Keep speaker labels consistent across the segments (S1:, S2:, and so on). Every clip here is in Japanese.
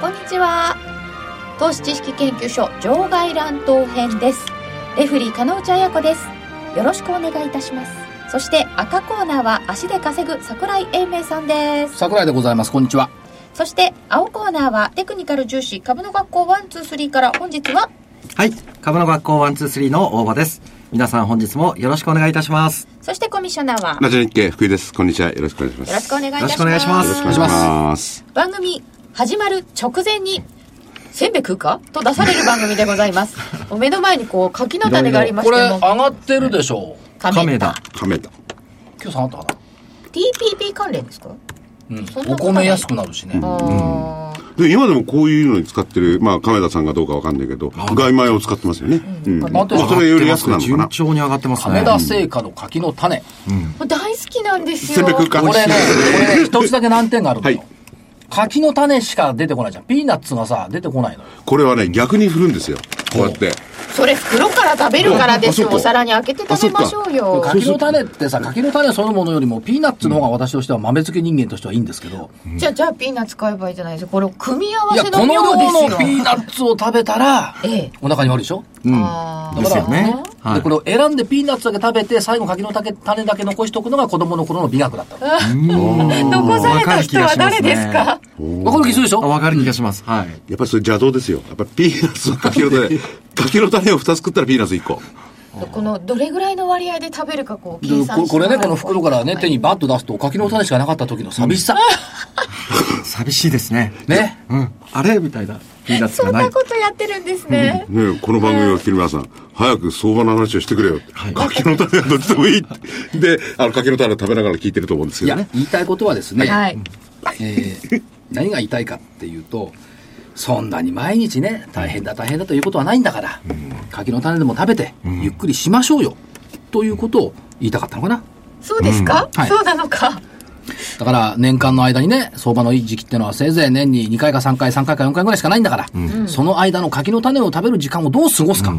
S1: こんにちは投資知識研究所場外乱闘編ですレフリー加納内彩子ですよろしくお願いいたしますそして赤コーナーは足で稼ぐ桜井英明さんです
S2: 桜井でございますこんにちは
S1: そして青コーナーはテクニカル重視株の学校123から本日は
S3: はい。株の学校123の応募です。皆さん本日もよろしくお願いいたします。
S1: そしてコミッショナーは
S4: ラジオ日経福井です。こんにちは。よろしくお願いします。
S1: よろしくお願いいた
S3: よろしくお願い
S1: し
S3: し
S1: ま
S3: ますす
S4: お願いします。
S1: 番組始まる直前にせんべい食うかと出される番組でございますお目の前にこう柿の種がありまし
S2: こ
S1: て
S2: れ上
S1: も
S2: がってるでしょう
S3: 亀田。
S4: 亀田。
S2: 今日下がったか
S1: TPP 関連ですか
S2: な、うん
S1: そんな
S2: お
S1: ことない
S2: 米安くなるしね、
S1: あー
S4: で、今でもこういうのに使ってる、まあ、亀田さんがどうかわかんないけど、外米を使ってますよね。うん。
S2: まあとにかく
S4: それより安くなるのか
S3: 順
S4: な。
S3: 調に上がってますね
S2: 亀。田製菓の柿の種、
S1: もう大好きなんです
S4: せ
S1: よ
S4: んべい食うか。
S2: これねこれね一つだけ難点があるのよ、
S4: はい
S2: 柿の種しか出てこないじゃんピーナッツがさ出てこないのよ
S4: これはね、逆に振るんですよ。こうやって。
S1: それ袋から食べるからです
S4: あそっか
S1: お皿に開けて食べましょうよ
S2: 柿の種ってさ柿の種そのものよりもピーナッツの方が私としては豆付け人間としてはいいんですけど、
S1: じゃあじゃあピーナッツ買えばいいじゃないですかこれを組み合わ
S2: いや
S1: せ
S2: こ
S1: の
S2: の
S1: 量
S2: 量のピ
S1: です
S2: ー
S1: よ
S2: ナッツを食べたら、
S1: ええ
S2: お腹に悪いでしょ
S1: あ
S2: だ
S3: です
S2: から
S3: よね。は
S2: で
S3: い
S2: こ。れを選んでピーナッツだけ食べて最後柿の種だけ残しておくのが子供の頃の美学だったの
S1: ー残された人は誰です
S3: わか
S1: か
S2: わかる気するでし
S3: あ
S2: ょ
S3: わかる気がします。はい。
S4: やっぱりそれ邪道ですよ。やっぱりピーナッツの柿の種。柿の種を2つ食ったらピーナッツ1個。
S1: このどれぐらいの割合で食べるかこう
S2: で
S1: 計
S2: こ
S1: 算して
S2: これねこの
S1: 袋
S2: 袋からね手にバッと出すと柿の種しかなかった時の寂しさ、
S3: 寂しいですね。
S2: ね
S3: うん。あれみたいな。ピーナッツ
S1: そ
S3: が
S1: ん
S3: な。
S1: ないことやってるんですね、
S4: ねこの番組を聞き皆さん、早く相場の話をしてくれよ。柿の種はどっちでもいいって。で、あの、柿の種を食べながら聞いてると思うんです
S2: い
S4: けど
S2: や
S4: ね。
S2: 言いたいことはですね、
S1: はい
S2: えー何が言いたいかっていうとそんなに毎日ね大変だ大変だということはないんだから、柿の種でも食べて、ゆっくりしましょうよということを言いたかったのかな
S1: そうですか、
S2: はい
S1: そうなのか
S2: だから年間の間にね相場のいい時期ってのはせいぜい年に2回か3回3回か4回ぐらいしかないんだから、その間の柿の種を食べる時間をどう過ごすか、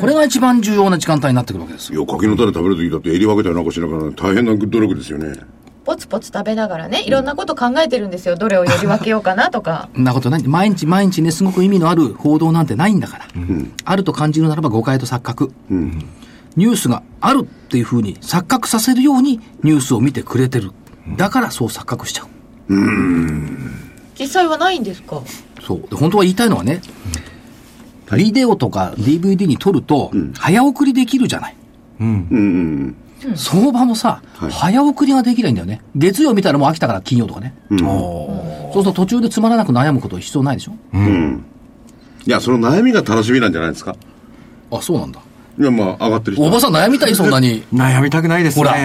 S2: これが一番重要な時間帯になってくるわけです
S4: い
S2: よ
S4: や、柿の種食べるときだって襟分けたりなんかしながら大変な努力ですよね。
S1: ポツポツ食べながらねいろんなこと考えてるんですよどれをより分けようかなとか
S2: そんなことない毎日毎日ねすごく意味のある報道なんてないんだから、あると感じるならば誤解と錯覚、ニュースがあるっていうふうに錯覚させるようにニュースを見てくれてるだからそう錯覚しちゃう
S1: 実際はないんですか
S2: そうで本当は言いたいのはね、ビデオとか DVD に撮ると、早送りできるじゃない、
S4: うんうん
S2: 相場もさ、
S4: はい
S2: 早送りができないんだよね月曜見たらもう飽きたから金曜とかね、
S4: うん。うん。
S2: そうすると途中でつまらなく悩むこと必要ないでしょ、
S4: うん。いや、その悩みが楽しみなんじゃないですか。
S2: あそうなんだ
S4: いや、まあ、上がってる人は。
S2: おばさん悩みたいそんなに
S3: 悩みたくないですね。
S2: ほら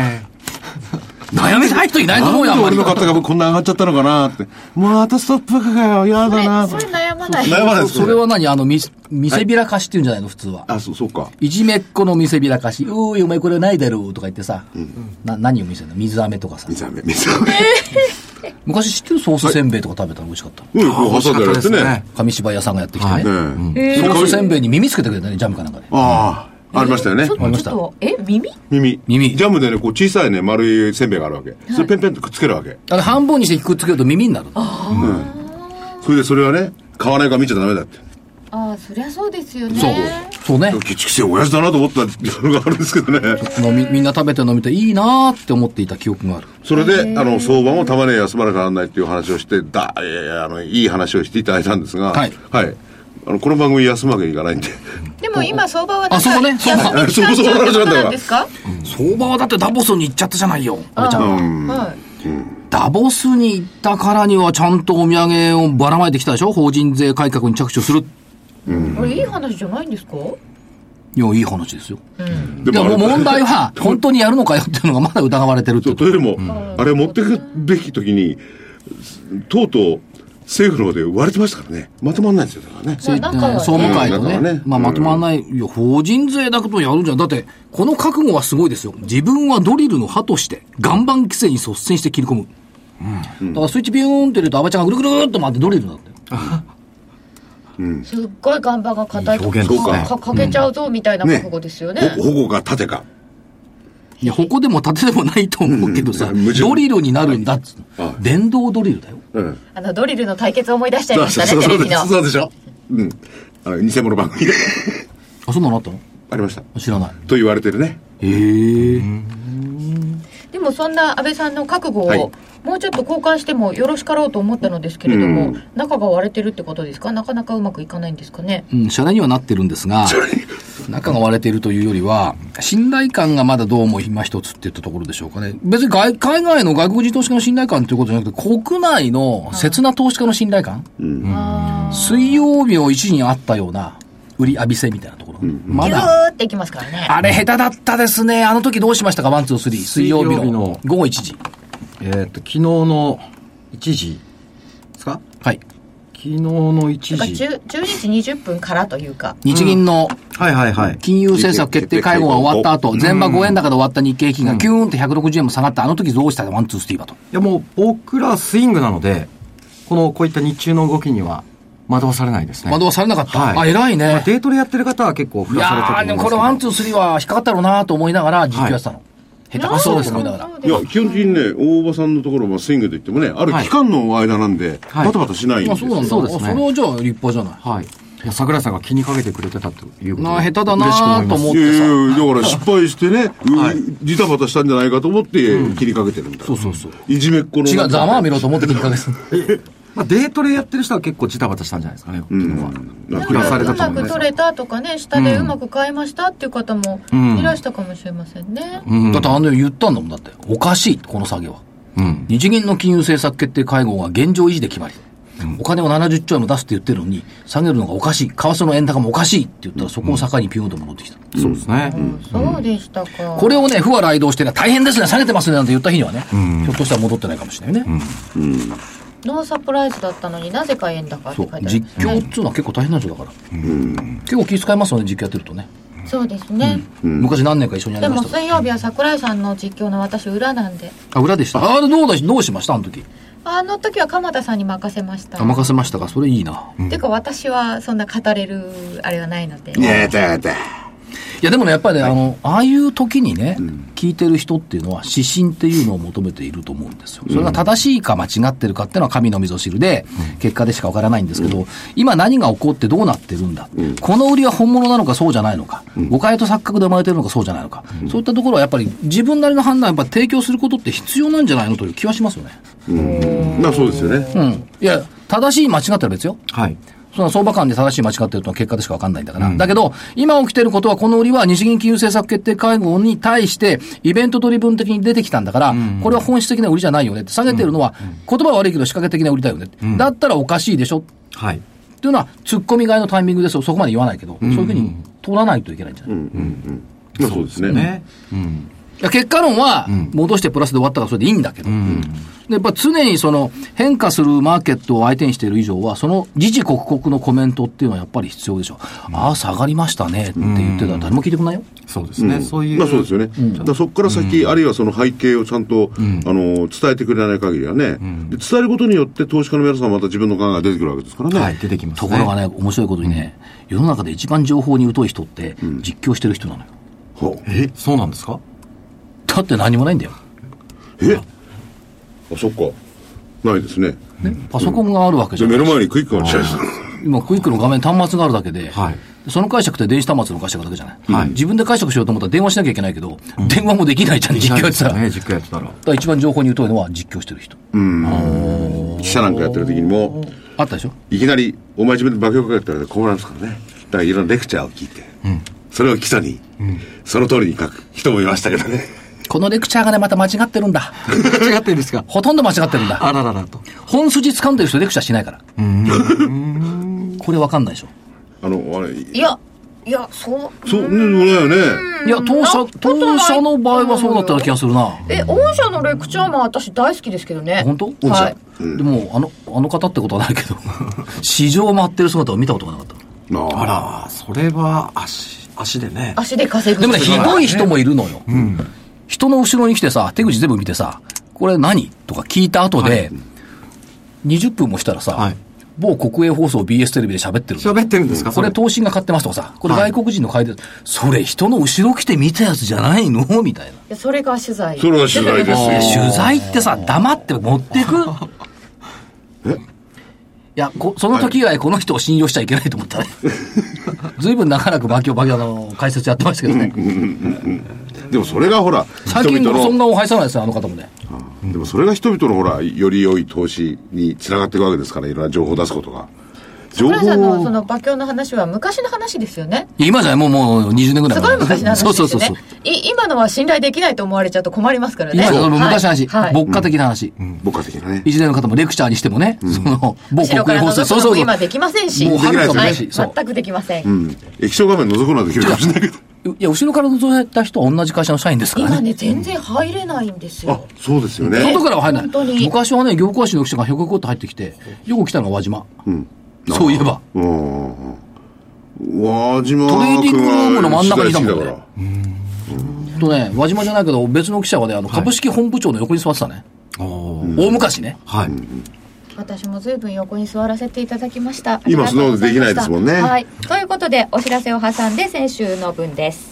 S2: 悩みたい人いないと思うよあんまり
S4: 買った株こんな上がっちゃったのかなって。またストップかよ。や
S1: それそれ悩まない
S4: 悩まないです
S2: それは何あの見せ見せびらかしっていうんじゃないの普通は
S4: あ、そう、そうか。
S2: いじめっ子の見せびらかし「うーいお前これないだろ」うとか言ってさ、な何を見せるの水飴とかさ
S4: 水飴、水飴。
S2: 昔知ってるソースせんべいとか食べたら美味しかったの
S4: うん、こう挟んでるやつね。
S3: 欲しかった
S4: ね
S2: 紙芝居屋さんがやってきてね、
S4: え。
S2: ソースせんべいに耳つけてくれたねジャムかなんかで
S4: ああ、ありましたよね
S1: ちょ。
S2: わかりま
S1: っ
S2: した
S1: とえ耳
S4: 耳。
S2: 耳
S4: ジャムでね、こう小さいね、丸いせんべいがあるわけ。それペンペンとくっつけるわけ。
S2: あれ半分にしてくっつけると耳になるの
S4: それでそれはね、買わないから見ちゃダメだって。
S1: ああそりゃそうですよ
S2: そう
S1: ね
S2: そうね
S4: ケチくせえ親父だなと思ったのがあるんですけどね。
S2: もうみみんな食べて飲みていいなーって思っていた記憶がある
S4: それで、あの、相場もたまには休まなきゃならないっていう話をして、だ、いやいや、あの、いい話をしていただいたんですが、
S2: はい
S4: あの、この番組休むわけにいかないんで。
S1: でも今相場は
S2: あそうね そう
S1: 休み期間中ってことなんですか
S2: 相場はだってダボスに行っちゃったじゃないよあれちゃん
S1: うんはい
S2: ダボスに行ったからにはちゃんとお土産をばらまいてきたでしょ法人税改革に着手する
S1: これいい話じゃないんですか
S2: いやいい話ですよ
S4: で
S2: で
S4: あ
S2: も
S4: れ
S2: 問題は本当にやるのかよっていうのがまだ疑われてるって
S4: そう
S2: こと
S4: というよりも、あれ持ってくべき時に、とうとう、政府の方で割れてましたからね。まとまんないんですよ、だからね。
S2: そういった
S1: まあなんかはね
S2: 総務会と
S4: う
S2: ね
S4: んなんかはね
S2: まあ、まとまらない、いや法人税だけとやるんじゃんだってこの覚悟はすごいですよ自分はドリルの歯として岩盤規制に率先して切り込む、だからスイッチビューンって入れるとアバちゃんがぐるぐるっと回ってドリルなんだよ
S1: すっごい岩盤が硬いと
S5: いい表現ですね
S1: かかかけちゃうぞみたいな
S4: ね
S1: 覚悟ですよね
S4: ほ保護か盾か。
S2: いや矛でも盾でもないと思うけどさ、
S4: うんうん矛盾
S2: ドリルになるんだっつうの
S4: はい
S2: 電動ドリルだよ
S4: うん。
S1: あのドリルの対決を思い出しちゃい
S4: そう
S1: ました
S4: そうそ
S1: ね
S4: う
S1: テレ
S4: そう
S1: ビ
S4: で
S1: の
S4: しょ。そうでしょ。うん。あの、偽物番組で
S2: あそんなのあったの
S4: ありました。
S2: 知らない
S4: と言われてるね。
S2: へえ
S1: でもそんな安倍さんの覚悟を、
S4: はい
S1: もうちょっと交換してもよろしかろうと思ったのですけれども、中が割れてるってことですかなかなかうまくいかないんですかね
S2: うん、謝礼にはなってるんですが、中が割れているというよりは、信頼感がまだどうも今一つって言ったところでしょうかね。別に外海外の外国人投資家の信頼感ということじゃなくて、国内の刹那投資家の信頼感、
S1: あ
S2: 水曜日の一時にあったような、売り浴びせみたいなところ。
S1: ー
S2: ま
S1: ギュ
S2: だ、
S1: ーっていきますからね
S2: あれ下手だったですね。あの時どうしましたかワン、ツー、スリー。水曜日
S3: 水曜日
S2: の
S3: の
S2: 午後1時。
S3: えーっと、昨日の1時ですか
S2: はい。
S3: 昨日の1
S1: なんか
S3: 時。
S1: 10 10時20分からというか
S2: 日銀の
S3: はいはいはい。
S2: 金融政策決定会合が終わった後、全場5円高で終わった日経金がキューンって160円も下がった。あの時どうしたワン、ツー、スリーはと。
S3: いやもう僕らスイングなので、このこういった日中の動きには惑わされないですね。
S2: 惑わされなかった。
S3: はい
S2: あ、偉い
S3: まあ
S2: ね。
S3: デートでやってる方は結構
S2: い
S3: 振ら
S2: や
S3: されてると
S2: ー、
S3: 思うん
S2: でも
S3: ですけ
S2: これ
S3: ど
S2: ワン、ツー、スリーは引っかかったろうなと思いながら実況やってたの。下手くそですと思いながら。
S4: いや、基本的にね、大場さんのところはスイングといってもね、ある期間の間なんで、
S3: はい
S4: バタバタしないん
S2: あ、
S4: です
S2: そ
S4: よ
S2: うなんだ。
S3: そうですね
S2: あそれはじゃあ立派じゃない。
S3: はい。いや、桜井さんが気にかけてくれてたということ
S2: なあ
S3: で。
S2: 下手だなあと思っ
S4: いやい
S2: て
S4: や
S2: さ。
S4: いやだから失敗してね、うジタバタしたんじゃないかと思って切りかけてるみたいな。
S2: そうそうそう。
S4: いじめっ子の。
S2: 違う、ざまあ見ろと思ってくるから です。
S3: まあ、デートでやってる人は結構ジタバタしたんじゃないですかね、昨日は。
S4: なん
S3: 振らされ
S1: う
S3: たと
S1: ま
S3: 思い
S1: く
S3: ます
S1: 取。れたとかね下でうまく買いましたっていう方も
S3: ん
S1: いらしたかもしれませんね、
S2: だってあの言ったんだもん、だって。おかしい、この下げは。
S3: うん。
S2: 日銀の金融政策決定会合は現状維持で決まり。お金を70兆円も出すって言ってるのに、下げるのがおかしい。為替の円高もおかしいって言ったら、そこを境にピューンと戻ってきた。
S3: そうですね。
S1: そうでしたか
S2: これをね、不和雷動してね、大変ですね、下げてますねなんて言った日にはね、ひょっとしたら戻ってないかもしれないね。
S1: ノーサプライズだったのになぜか円高って
S2: そ
S1: 書いうてあ、る
S2: 実況っつうのは結構大変なんですよ、だから。結構気遣いますよね、実況やってるとね。
S1: そうですね、
S2: 昔何年か一緒にや
S1: で
S2: りま
S1: も
S2: したから
S1: 水曜日は桜井さんの実況の私裏なんで
S2: あ、裏でした。あれどうだし、どうしましたあの時。
S1: あの時は鎌田さんに任せました
S2: あ、任せましたかそれいいな。
S1: ていうか私はそんな語れるあれはないので、
S4: ねえ、だだ。
S2: いや、でもね、やっぱりね、あの、ああいう時にね、聞いてる人っていうのは、指針っていうのを求めていると思うんですよ。それが正しいか間違ってるかっていうのは神のみぞ知るで、結果でしかわからないんですけど、今何が起こってどうなってるんだ。この売りは本物なのかそうじゃないのか。誤解と錯覚で生まれてるのかそうじゃないのか。そういったところはやっぱり自分なりの判断をやっぱ提供することって必要なんじゃないのという気はしますよね。
S4: まあそうですよね。
S2: うん。いや、正しい間違ってる別よ。
S3: はい。
S2: その相場感で正しい間違ってるとは結果でしか分かんないんだから。だけど、今起きてることは、この売りは日銀金融政策決定会合に対して、イベントドリブン的に出てきたんだから、これは本質的な売りじゃないよねって、下げてるのは、言葉は悪いけど仕掛け的な売りだよねって、だったらおかしいでしょっ
S3: はい。
S2: ていうのは、突っ込み買いのタイミングですよ。そこまで言わないけど、そういうふうに取らないといけないんじゃない、
S4: まあそうですね。
S3: ね。うん。
S2: いや結果論は、戻してプラスで終わったからそれでいいんだけど、でやっぱ常にその変化するマーケットを相手にしている以上は、その時事刻々のコメントっていうのはやっぱり必要でしょ。ああ、下がりましたねって言ってたら誰も聞いてくんないよ。
S3: そうですね。そういう。
S4: まあそうですよね。だからそこから先、あるいはその背景をちゃんと、あの、伝えてくれない限りはね、で伝えることによって投資家の皆さんはまた自分の考えが出てくるわけですからね。
S3: はい、出てきます
S2: と
S3: ね。
S2: ころがね、面白いことにね、世の中で一番情報に疎い人って実況してる人なのよ。
S4: ほう
S3: え、そうなんですか
S2: だって何もないんだよ。
S4: えあ、そっか。ないですね。
S2: ねパソコンがあるわけじ
S4: じゃ
S2: ゃな
S4: あ目
S2: い。
S4: の前にクイックがあるじゃないですか。
S2: 今クイックの画面端末があるだけで、
S3: はい
S2: その解釈って電子端末の解釈だけじゃない。
S3: はい
S2: 自分で解釈しようと思ったら電話しなきゃいけないけど、電話もできないじゃん、実況やってたら。
S3: ね、実況やってたら。
S2: だから一番情報に疎いのは実況してる人。
S4: 記者なんかやってる時にも、
S2: あったでしょ
S4: いきなり、お前自分で化けをかけたら困るんですからね。だからいろんなレクチャーを聞いて、それを基礎に、その通りに書く人もいましたけどね。
S2: このレクチャーがね、また間違ってるんだ。
S3: 間違ってるんですか
S2: ほとんど間違ってるんだ。
S3: あらららと。
S2: 本筋掴んでる人レクチャーしないから。これわかんないでしょ。
S4: あの、あれ、
S1: いやいやそう
S4: そう、ね、ないよね。
S2: いや、当社、当社の場合はそうだったような気がするな。
S1: え御社のレクチャーも私大好きですけどね
S2: 本当
S4: 御社
S1: はい
S2: でも、あの、あの方ってことはないけど、 市場を回ってる姿を見たことがなかった。
S4: ああ
S3: あら、それは足、足でね。
S1: 足で稼ぐ
S2: でもね、ひどい
S1: 人
S2: 人もいるのよ。人の後ろに来てさ、手口全部見てさ、これ何とか聞いた後で、20分もしたらさ、
S3: はい
S2: 某国営放送 BS テレビで喋ってるの。
S3: 喋ってるんですか
S2: これ
S3: そ
S2: 投信が買ってますとかさ、これ外国人の買い手、それ人の後ろ来て見たやつじゃないのみたいな。
S1: それが取材
S4: それが取材ですよ
S2: いや取材ってさ、黙って持ってく
S4: え
S2: いやこ、その時以来この人を信用しちゃいけないと思った ね。ずいぶん長らくバキョバキョの解説やってましたけどね。
S4: でもそれがほら、
S2: 最近そんなを拝さないですよ、あの方もね。
S4: でもそれが人々のほら、より良い投資につながっていくわけですから、いろんな情報を出すことが。情
S1: 桜井さん
S4: 報
S1: のそ
S4: を
S1: の馬鏡の話は昔の話ですよね
S2: 今じゃもうもう20年ぐらい
S1: すごい昔の話ですよ
S2: そ
S1: ね
S2: うそうそうそう。
S1: い今のは信頼できないと思われちゃうと困りますからね
S2: 今じゃ昔の話、
S1: はいはい
S2: 牧歌的な話。
S4: 僕は的なね。
S2: 一年の方もレクチャーにしてもね、その、某
S1: 後ろか
S2: 国営
S1: ら
S2: 放送、
S1: 覗
S2: そう
S1: く
S2: そう
S1: のも
S2: そう。
S1: 今できませんし
S2: もうはるか
S4: できな
S1: はい
S2: 昔、そう。
S1: 全くできません、
S4: うん。液晶画面覗くのはできるかもしれないけど。
S2: いや、後ろから覗いた人は同じ会社の社員ですからね
S1: 今。ね全然入れないんです
S4: あ
S1: よ、
S4: そうですよ
S2: 外
S4: ね。
S2: からは入ら
S1: 本当
S2: な
S1: に
S2: い。昔はね、業界誌の記者がひょこひょこっと入ってきて、よく来たのが輪島。
S4: うん。
S2: そういえば。
S4: うん。和島
S2: トレーディング
S4: 君
S2: ルームの真ん中にいたもんね
S4: 取材好きだから
S2: あとね、輪島じゃないけど、別の記者がね、あの、株式本部長の横に座ってたね。
S3: おー
S2: 大昔ね。
S3: はい。
S1: 私もずいぶん横に座らせていただきました
S4: 今
S1: ありがとうござました
S4: そんなことできないですもんね
S1: はい、ということでお知らせを挟んで先週の分です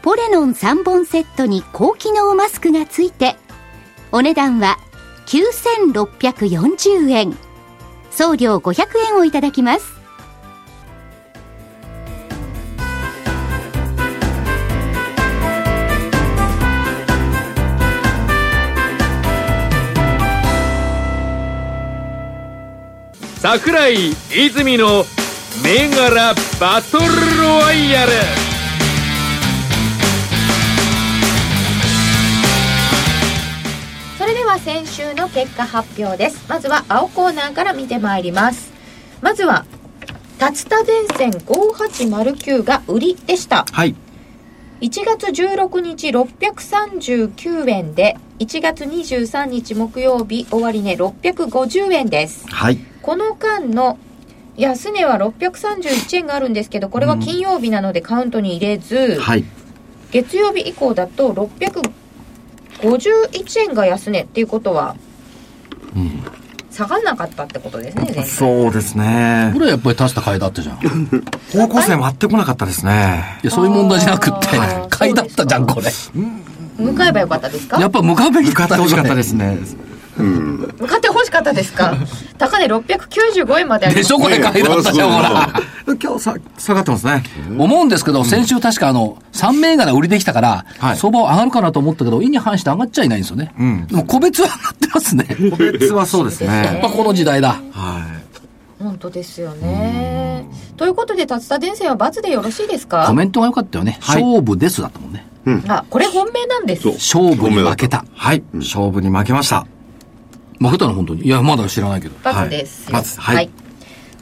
S5: ポレノン3本セットに高機能マスクがついてお値段は9640円送料500円をいただきます
S6: 桜井泉の銘柄バトルロワイヤル
S1: それでは先週の結果発表ですまずは青コーナーから見てまいりますまずは竜田電線5809が売りでした
S3: はい。
S1: 1月16日639円で1月23日木曜日終値650円です
S3: はい。
S1: この間の安値は631円があるんですけどこれは金曜日なのでカウントに入れず、
S3: はい。
S1: 月曜日以降だと651円が安値っていうことは下がんなかったってことですね全然
S3: そうですね
S2: こ。れはやっぱり立した買いだったじゃん。い
S3: 方向性割ってこなかったですね。
S2: や、そういう問題じゃなくって
S1: あー、
S2: 買いだったじゃん、これ。
S1: 向かえばよかったですか
S2: やっぱ向かうべき。
S3: 受かってほしかったですすね。
S1: 向かって欲しかったですか高値695円までありま
S2: でし
S1: す
S2: ょこれ買いだったじゃん、
S4: い
S2: ほ
S4: やそう
S2: ら。
S3: 今日さ、下がってますね。
S2: 思うんですけど、先週確かあの、3銘柄売りできたから、
S3: はい
S2: 相場は上がるかなと思ったけど、意に反して上がっちゃいないんですよね。
S3: ん
S2: でも個別は上がってますね。
S3: 個別はそうです
S2: やっ
S3: ね。
S2: ぱこの時代だ。
S3: は
S1: 本当ですよねということで竜田電線は×でよろしいですか
S2: コメントが良かったよね。
S3: はい
S2: 勝負ですだと思うね。
S1: あこれ本命なんです
S4: そう
S2: 勝負に負けた
S3: い。。はい。勝負に負けました。
S2: 負けたの本当に。いや、まだ知らないけど。
S1: ×ですよ、
S3: はい×はい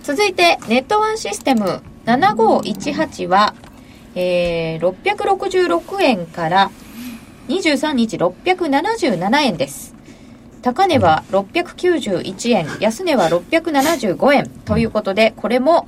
S1: 続いてネットワンシステム7518は、えー666円から23日677円です高値は691円安値は675円ということでこれも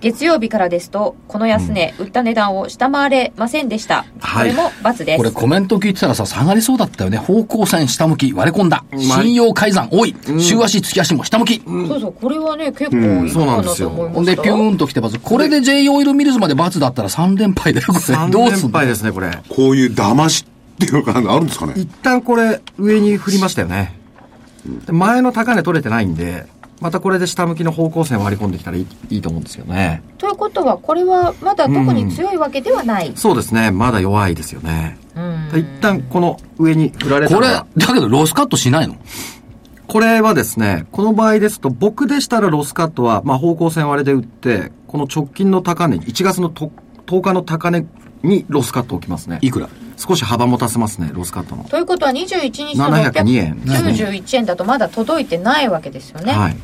S1: 月曜日からですとこの安値、売った値段を下回れませんでした、
S3: はい
S1: これも×です
S2: これコメント聞いてたらさ、下がりそうだったよね。方向線下向き、割れ込んだ。信用改ざん多い。週足、月足も下向き。
S1: そうそうこれはね結構いいか
S3: そうなん
S1: な
S3: です
S1: と
S3: よ
S1: 思い
S2: ほ
S1: ま
S2: ん
S1: した
S2: で、ピューンと来てます。これで J オイルミルズまで罰だったら3連敗だよ、これ。
S3: 3
S2: どうす
S3: 連
S2: んの
S3: 敗ですね、これ。
S4: こういう騙しっていうのがあるんですかね
S3: 一旦これ、上に振りましたよね。で前の高値取れてないんで、またこれで下向きの方向線割り込んできたらいいいいと思うんですよね。
S1: ということはこれはまだ特に強いわけではない、
S3: そうですね、まだ弱いですよね。
S1: うん
S3: 一旦この上に振られた
S2: こ
S3: の
S2: れ、
S3: が
S2: だけどロスカットしないの
S3: これはですね、この場合ですと、僕でしたらロスカットは、まあ、方向線割れで打って、この直近の高値、1月のと10日の高値にロスカットを置きますね。
S2: いくら
S3: 少し幅持たせますね、ロスカットの。
S1: ということは21日の
S3: 702円
S1: 91円だとまだ届いてないわけですよね、
S3: はい。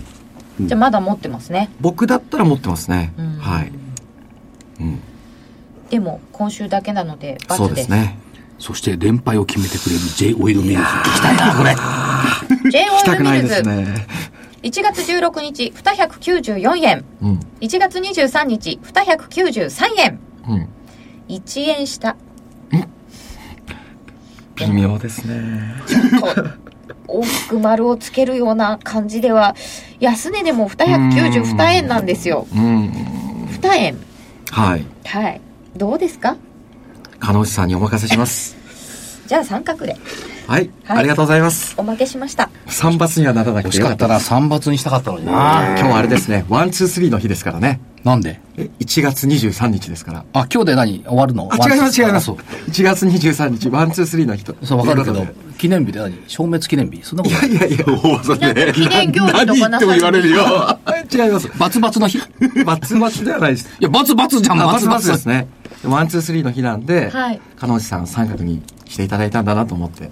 S1: じゃあまだ持ってますね
S3: 僕だったら持ってますね
S1: うん。
S3: はい。うん。
S1: でも今週だけなので
S3: そう
S1: ×
S3: で
S1: です
S3: すね。
S2: そして連敗を決めてくれる J オイルミルズ。聞きたいな、これ。
S1: j
S3: 来
S1: o
S3: た
S1: l
S3: く
S1: ミ
S3: ない
S1: ル
S3: で
S1: ズ、
S3: すね。
S1: 1月16日294円
S3: うん。
S1: 1月23日293円
S3: うん。
S1: 1円下
S3: 微妙ですね。
S1: 大きく丸をつけるような感じでは安値でも292円なんですよ
S3: うん。
S1: 2円
S3: はい。
S1: はいどうですか
S3: 加納さんにお任せ します。
S1: じゃあ三角で
S3: はい。
S1: はい
S3: ありがとうございます。
S1: おまけしました
S3: 散髪にはならなく
S2: 惜
S3: て
S2: し
S3: よ
S2: か
S3: かっ
S2: ったた
S3: な
S2: ら。3罰にしたかったのにな。
S3: 今日はあれですね、ワン、ツー、スリーの日ですからね。
S2: なんで
S3: え、1月23日ですから。
S2: あ、今日で何終わるの
S3: あ、違います、違います。
S2: そう
S3: 1月23日、ワン、ツー、スリーの日と。
S2: そう、わかるけ
S3: とい
S2: ど
S3: うこ、
S2: 記念日で何消滅記念日そんなこと
S3: と
S2: ない。
S3: で。いやいやいや、
S4: 大技
S1: なんか
S4: で
S1: 記念行事とかなさ
S4: 何言っても言われるよ
S3: 違います。
S2: 罰罰の日い
S3: バツバツではないです。
S2: や、罰罰じゃん、
S3: あバ
S2: 罰
S3: ツバツ
S2: 罰
S3: で。すね。ワン、ツー、スリーの日なんで、
S1: はい
S3: 彼女さん三角にしていただいたんだなと思って。い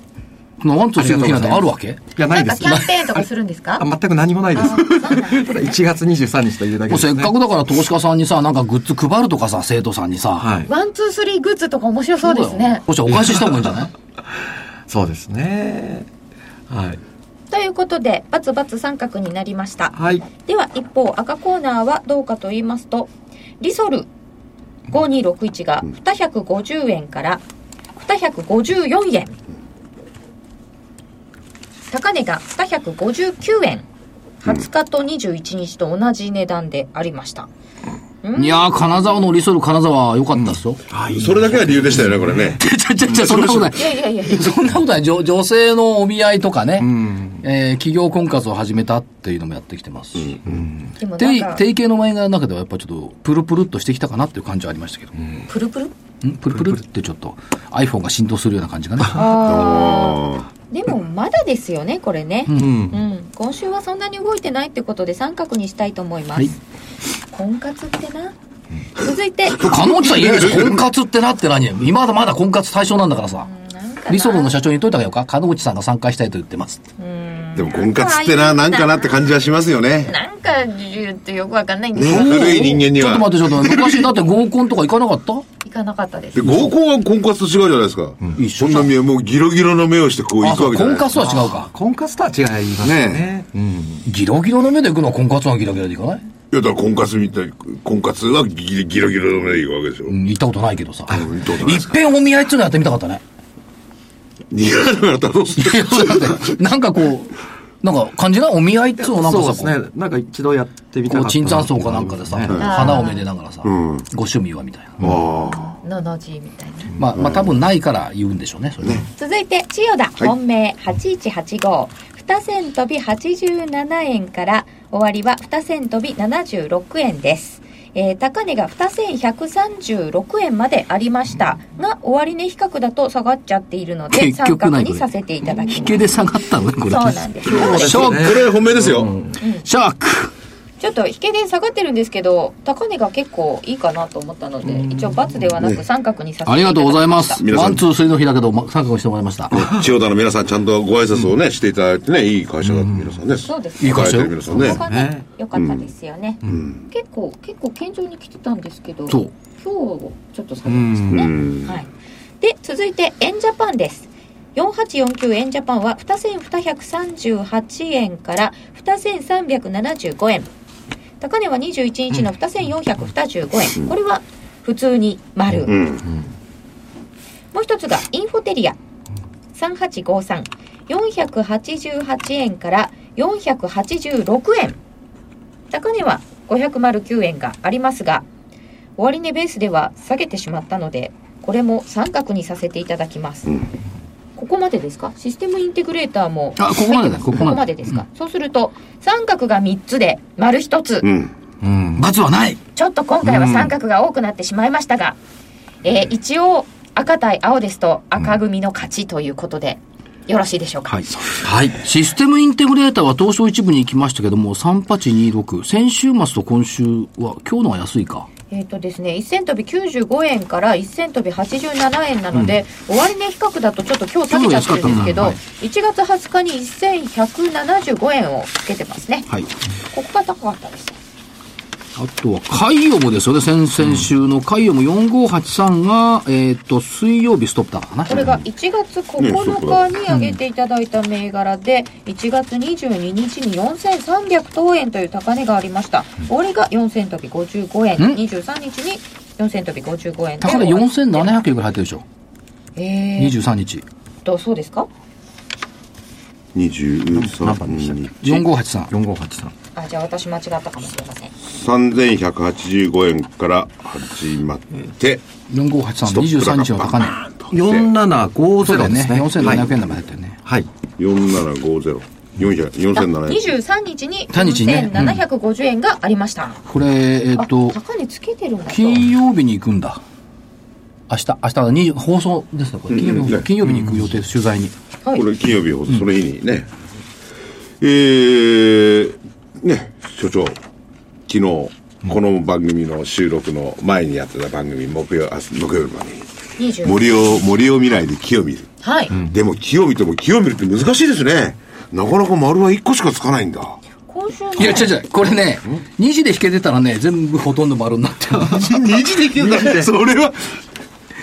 S2: このワンツースリーの日なんてあるわけ
S3: や、な
S1: ないん
S3: で
S1: か
S3: す。
S1: キャンペーンとかするんですか
S3: あ、全く何もないです。
S1: そうなんです
S3: ただ1月23日というだけ
S2: も
S3: で
S2: うせ
S3: す、
S2: っ
S3: ね。
S2: かくだから投資家さんにさ、なんかグッズ配るとかさ、生徒さんにさ。
S3: はい。
S1: ワンツースリーグッズとか面白そうです
S2: だよ
S1: ね。
S2: こっちはお返しした方がいいんじゃない
S3: そうですね。はい。
S1: ということでバツバツ三角になりました
S3: はい。
S1: では一方赤コーナーはどうかと言いますとリソル5261が250円から254円高値が259円20日と21日と同じ値段でありました、
S2: いやー、金沢のリソル金沢良かったっすよ。
S4: それだけは理由でしたよねこれね
S2: ちゃちゃちゃ、そんなことない。
S1: いやいやいやいや
S2: そんなことない。女女性のお見合いとかね、
S3: うん。
S2: えー企業婚活を始めたっていうのもやってきてますし。
S1: でもなん
S2: 定
S1: か
S2: 定型の前が中ではやっぱちょっとプルプルっとしてきたかなっていう感じはありましたけど、
S1: プルプル
S2: んプルプルってちょっと iPhone が振動するような感じがね
S1: あ
S4: あ
S1: あでもまだですよねこれね、
S3: うん。
S1: うん、今週はそんなに動いてないってことで三角にしたいと思います、
S2: はい
S1: 婚活ってな続いて
S2: 加納地さん言えるでしょ婚活ってなって何今まだ婚活対象なんだからさ
S1: なんかな
S2: リソルの社長に言っといたらよか加納地さんが参加したいと言ってますって
S4: でも婚活ってななんかなって感じはしますよね
S1: なんか言うとよくわかんないんです
S4: ね
S1: が
S4: 古い人間に
S2: ちょっ
S4: は
S2: と待ってちょっと待って昔だって合コンとか行かなかった
S1: 行かなかったです
S4: で合コンは婚活と違うじゃないですか、
S2: 一緒
S4: そんな目もうギロギロの目をしてこう行
S2: あ
S4: く
S2: そ
S4: わ
S2: う
S4: けじゃな
S2: 婚
S4: いです
S2: 活
S4: か
S2: とは違うか
S3: 婚活とは違いますね。うん。
S2: ギロギロの目で行くのは婚活はギロギロで行かない、
S4: いやだから婚活みたい婚活はギギロギロの目で行くわけでしょ、
S2: うん、行ったことないけどさ
S4: 行ったことない
S2: い
S4: で
S2: っ
S4: す
S2: ぺんお見合いっつうのやってみたかったね
S4: 似合うならど うする
S2: いやそうだってなんかこうなんか感じないお見合いっつうのなん
S3: そ
S2: か
S3: う
S2: さ
S3: ですね。なんか一度やってみた
S2: こ
S3: か
S2: う
S3: った
S2: 椿
S3: な
S2: 山
S3: ってい
S2: 荘
S3: うの
S2: か
S3: は
S2: な
S3: あ
S2: ん
S3: り
S2: かで
S3: ます
S2: さ、
S3: ね
S2: 花をめでながらさ、
S4: ん
S2: ご趣味はみたいな。
S4: ああ
S1: ののじみたいな
S2: まあ、まあ多分ないから言うんでしょうね、それね。
S1: 続いて千代田本命8185、二銭飛び87円から終わりは二銭飛び76円です、えー高値が二千136円までありましたが終値比較だと下がっちゃっているので
S2: 結
S1: 三
S2: 局
S1: 角
S2: ない
S1: にさせていただき
S2: 引
S1: ま
S2: け
S1: す
S2: で下がったのね、こ
S1: そう
S2: れ。
S1: なんです
S2: ショ
S4: こ
S2: ック、
S4: れ本命ですよ、
S2: ショック。
S1: ちょっと引けで下がってるんですけど高値が結構いいかなと思ったので一応×ではなく三角にさせていただきました
S2: ありがとうございます。
S4: 皆さ
S2: ワ
S4: ん
S2: ン、ツー、スリーの日だけど、ま参加してもらいました。
S4: 千代田の皆さんちゃんとご挨拶をね、していただいてねいい会社だって皆さんね、
S1: そうです
S2: いい会社よ
S4: 働いてる皆さんね
S1: そこがね
S3: ね
S1: 良かったですよね、結構結構健常に来てたんですけど
S2: そう
S1: 今日ちょっと下げましたね、
S4: うん
S1: はい、で続いて円ジャパンです4849円ジャパンは2238円から2375円高値は21日の2425円、これは普通に丸、
S4: うん。
S1: もう一つがインフォテリア3853 488円から486円高値は509円がありますが終値ベースでは下げてしまったのでこれも三角にさせていただきます、ここまでですかシステムインテグレーターも
S2: あここまでだ
S1: 入ってす
S2: ここまで
S1: ここまでですか、そうすると三角が3つで丸1つ、
S4: うん。
S3: うん。
S2: 罰はない
S1: ちょっと今回は三角が多くなってしまいましたが、えー一応赤対青ですと赤組の勝ちということで、よろしいでしょうか。
S2: はい。はい。システムインテグレーターは東証一部に行きましたけども、3826。先週末と今週は、今日のは安いか。
S1: えっ、とですね、1銭飛び95円から1銭飛び87円なので、終値比較だとちょっと今日下げちゃってるんですけど、
S2: 今
S1: 1月20日に1175円をつけてますね。
S2: はい。
S1: ここが高かったです。
S2: あとは、海洋もですよね。先々週の海洋も4583が、えっ、と、水曜日ストップだったかな。
S1: これが1月9日に上げていただいた銘柄で、1月22日に4300等円という高値がありました。終値が4000飛び55円、
S2: うん
S1: 23日に4000飛び55円で
S2: 高値
S1: 終わって。
S2: 4700円ぐらい入ってるでしょ。
S1: えー、
S2: 23日。
S1: っと、そうですか
S3: 何番でしたっけ
S4: 23
S2: 4583。
S3: 4583。
S1: あ、じゃあ私間違ったかもしれません。
S4: 3185円から始まって、
S2: 4583、23日の高値。そうだよ
S3: 4750で
S2: ね。
S3: すね。
S2: 4700円玉だったよね。
S3: はい。
S4: 4750。400 4700
S1: 23日に
S2: 23日ねうん
S1: 4750円がありました。
S2: これ、えっ、
S1: あ、
S2: と、
S1: 高値つけてるんだと。
S2: 金曜日に行くんだ。明日、明日はに放送ですね、これ。金曜日放送、金曜日に行く予定です、取材に。
S1: はい
S4: こ。れ金曜日ほど、その日にね、えー、ね、所長、昨日、この番組の収録の前にやってた番組、木曜、あ木曜日までに、
S1: 20。
S4: 森を、森を見ないで木を見る。
S1: はい。
S4: でも木を見ても木を見るって難しいですね。なかなか丸は1個しかつかないんだ。
S1: 今週の。
S2: いや、違う違う。これね、2時で弾けてたらね、全部ほとんど丸になってる。
S4: 2時できるんだそれは。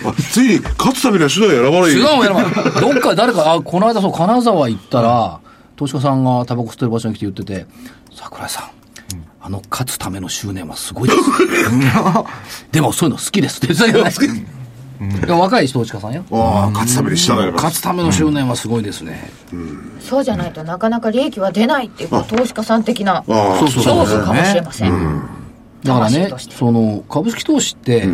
S4: あついに勝つためには手段を選ばない。
S2: 違うもんやらどっか誰か、あ、この間そう、金沢行ったら、投資家さんがタバコ吸ってる場所に来て言ってて、桜井さん、あの、勝つための執念はすごいです。でもそういうの好きですって言ってたけどね。いや若い投資家さんよ。
S4: ああ、勝つために従えば。
S2: 勝つための執念はすごいですね。
S1: そうじゃないとなかなか利益は出ないっていう、こう投資家さん的な
S4: ああ
S2: そうそうそう
S1: 勝負かもしれません。
S2: だからね
S1: 魂と、して
S2: その、株式投資って、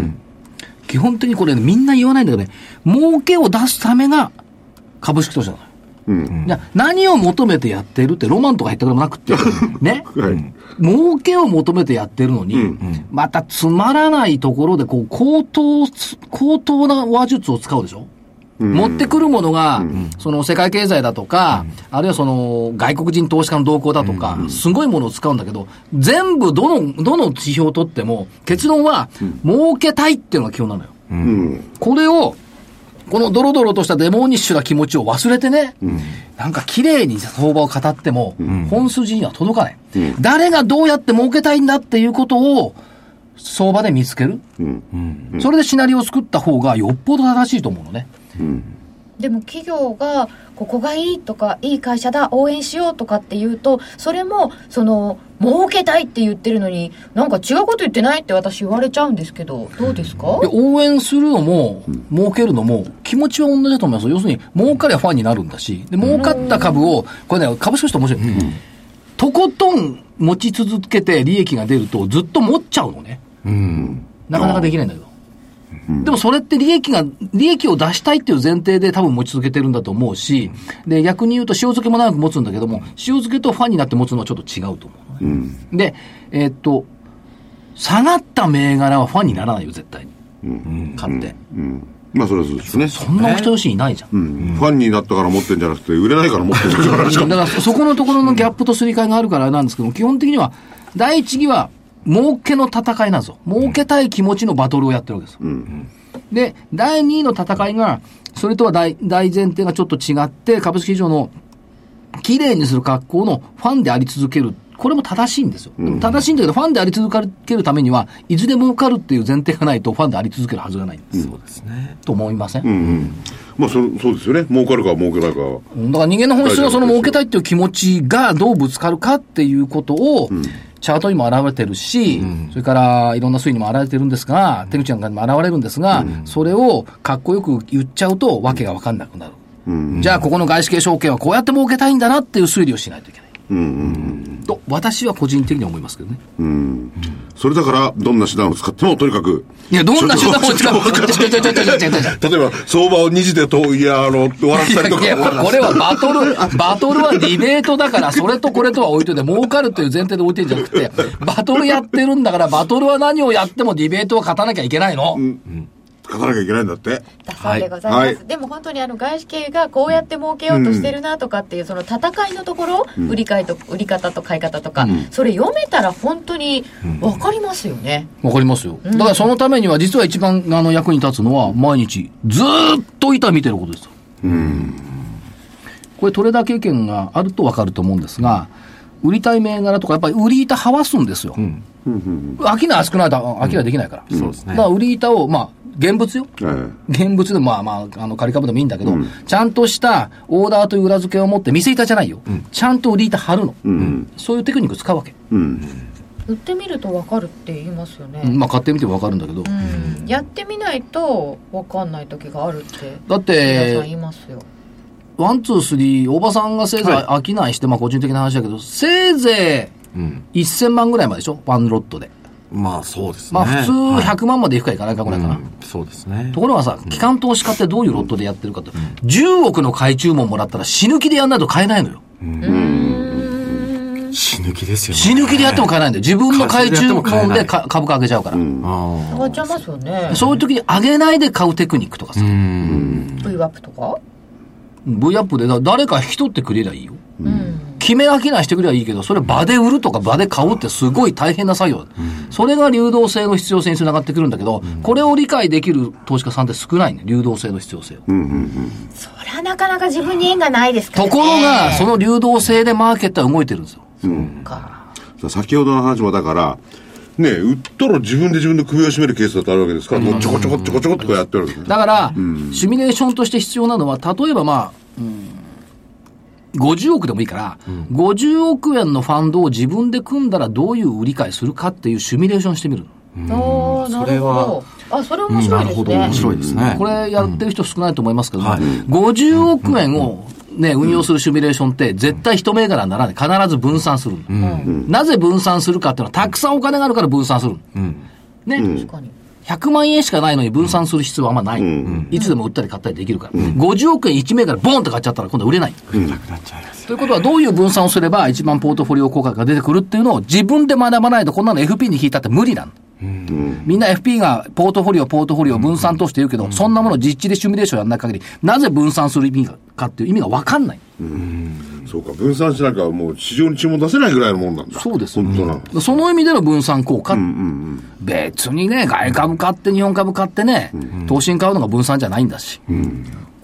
S2: 基本的にこれ、みんな言わないんだけどね、儲けを出すためが株式投資なのよ。じゃあ何を求めてやってるってロマンとか言ったこともなくって、ね、
S4: はい。
S2: 儲けを求めてやってるのに、またつまらないところでこう高等つ、高等な話術を使うでしょ、持ってくるものが、その世界経済だとか、あるいはその外国人投資家の動向だとか、すごいものを使うんだけど、全部どの、どの指標を取っても、結論は、儲けたいっていうのが基本なのよ。
S4: うん。
S2: これを、このドロドロとしたデモニッシュな気持ちを忘れてね、なんか綺麗に相場を語っても、本筋には届かない、誰がどうやって儲けたいんだっていうことを、相場で見つける、それでシナリオを作った方がよっぽど正しいと思うのね。
S1: でも企業がここがいいとかいい会社だ応援しようとかって言うとそれもその儲けたいって言ってるのになんか違うこと言ってないって私言われちゃうんですけどどうですか
S2: で応援するのも、儲けるのも、気持ちは同じだと思いますよ。要するに、儲かりゃファンになるんだし、で、儲かった株を、これね、株式として面白い。とことん持ち続けて利益が出ると、ずっと持っちゃうのね。
S3: うん。
S2: なかなかできないんだけど。でもそれって利益が、利益を出したいっていう前提で多分持ち続けてるんだと思うし、で、逆に言うと塩漬けも長く持つんだけども、塩漬けとファンになって持つのはちょっと違うと思うのね、で、えーっと、下がった銘柄はファンにならないよ、絶対に。買って。
S4: うん。まあ、それはそうですね。
S2: そんなお人よしいないじゃん。
S4: うんファンになったから持ってんじゃなくて、売れないから持ってるって話か
S2: だからそこのところのギャップとすり替えがあるからなんですけども、基本的には、第一義は、儲けの戦いなんですよ。儲けたい気持ちのバトルをやってるわけですよ。で、第2位の戦いが、それとは大大前提がちょっと違って、株式市場の綺麗にする格好のファンであり続けるこれも正しいんですよ。でも正しいんだけど、ファンであり続けるためには、いずれ儲かるっていう前提がないと、ファンであり続けるはずがないんです。そうですね。と思いません、
S4: まあそそうですよね儲かるか儲けないかは
S2: だから人間の本質のその
S4: 大丈夫ですよ
S2: 儲けたいっていう気持ちがどうぶつかるかっていうことを、チャートにも現れてるし、それからいろんな推移にも現れてるんですが、手口なんかにも現れるんですが、それをかっこよく言っちゃうと、わけがわかんなくなる。じゃあ、ここの外資系証券はこうやって儲けたいんだなっていう推理をしないといけない。と、私は個人的には思いますけどね。
S4: それだからどんな手段を使ってもとにかく
S2: いや、どんな手段を使う
S4: ちょっと
S2: ちょちょちょちょちょちょちょちょ
S4: 例えば相場を2時でといやあの終わらせたりとか
S2: いやいや、これはバトル、バトルはディベートだから、それとこれとは置いといて、儲かるという前提で置いてんじゃなくて、バトルやってるんだから、バトルは何をやってもディベートは勝たなきゃいけないの。
S4: 勝たなきゃいけないんだって
S1: だそうでございます、
S4: はい
S1: でも本当にあの外資系がこうやって儲けようとしてるなとかっていうその戦いのところ、売り買いと売り方と買い方とか、それ読めたら本当に分かりますよね、
S2: わかりますよ。だからそのためには、実は一番あの役に立つのは、毎日、ずーっと板見てることですよ。これ、トレーダー経験があるとわかると思うんですが、売りたい銘柄とか、やっぱり売り板はわすんですよ。飽きない少ないと飽きないできないから。そうですね。だから売り板を、まあ、現物よ。
S4: え
S2: 現物でもまあまあ、あの、仮株でもいいんだけど、ちゃんとしたオーダーという裏付けを持って、店板じゃないよ。ちゃんと売り板貼るの、そういうテクニック使うわけ。
S4: えうん
S1: 売ってみると分かるって言いますよね、
S2: まあ、買ってみてもわかるんだけど。
S1: うんやってみないと分かんない時があるって
S2: だっ
S1: 皆さん言い
S2: て、
S1: ますよ、
S2: ワン、ツー、スリー、大場さんがせいぜい飽きないして、まあ個人的な話だけど、せいぜ
S3: うん。
S2: い1000万ぐらいまででしょワンロットで。
S3: まあそうですね。
S2: まあ普通
S3: はい
S2: 100万までいくかいかないかぐらいかな。
S3: うんそうですね
S2: と。ころがさ、機関投資家ってどういうロットでやってるかと、10億の買い注文もらったら死ぬ気でやんないと買えないのよ。
S3: 死ぬ気ですよね。
S2: 死ぬ気でやっても買えないんだよ。自分の買い注文でか株価上げちゃうから。
S3: あ
S1: 上がっちゃいますよね
S2: そういう時に上げないで買うテクニックとかさ、
S3: あ。うん。
S1: V ワップとか
S2: V アップでだ誰か引き取ってくれりゃいいよ。
S1: うん
S2: 決め飽きないしてくれりゃいいけど、それ場で売るとか場で買うってすごい大変な作業だ、それが流動性の必要性につながってくるんだけど、これを理解できる投資家さんって少ないね、流動性の必要性を。
S1: そりゃなかなか自分に縁がないですから
S2: と
S1: ね
S2: ころが、その流動性でマーケットは動いてるんですよ。
S1: か
S4: 先ほどの話もだからねえ売ったら自分で自分で首を絞めるケースだってあるわけですから、もうちょこちょこちょこちょこってこうやってるわけですね
S2: だから、シミュレーションとして必要なのは、例えばまあ、うん、50億でもいいから、50億円のファンドを自分で組んだらどういう売り買いするかっていうシミュレーションしてみるの。
S1: ああなるほどあそれ面白いですね、
S3: 面白いですね。
S2: これやってる人少ないと思いますけども、
S3: はい
S2: 50億円を、ね、運用するシミュレーションって絶対一銘柄にならない。必ず分散するの、なぜ分散するかっていうのは、たくさんお金があるから分散するのね、
S1: 確かに
S2: 100万円しかないのに分散する必要はあんまない。いつでも売ったり買ったりできるから。50億円1銘柄ボンって買っちゃったら今度は売れない。ということはどういう分散をすれば一番ポートフォリオ効果が出てくるっていうのを自分で学ばないとこんなの FP に引いたって無理なの。みんな FP がポートフォリオ、ポートフォリオ分散投資って言うけど、そんなもの実地でシミュレーションやらない限り、なぜ分散する意味かっていう意味がわかんない。
S4: そうか分散しなきゃもう市場に注文出せないぐらいのもんなんだ
S2: そうです
S4: 本当な、
S2: その意味での分散効果。別にね、外株買って日本株買ってね、投資に買うのが分散じゃないんだし。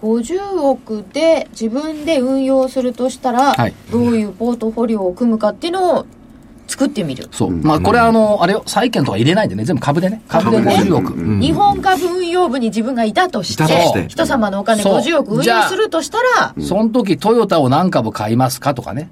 S1: 50億で自分で運用するとしたら、
S2: はい
S1: どういうポートフォリオを組むかっていうのを作ってみる、
S2: そう。まあ、これあの、あれよ、債券とか入れないでね、全部株でね。株で50億。
S1: 日本株運用部に自分がいたとして
S3: いたとして
S1: 人様のお金
S2: そう
S1: 50億運
S2: じ
S1: 用
S2: ゃあ
S1: するとしたら、
S2: その時、トヨタを何株買いますかとかね。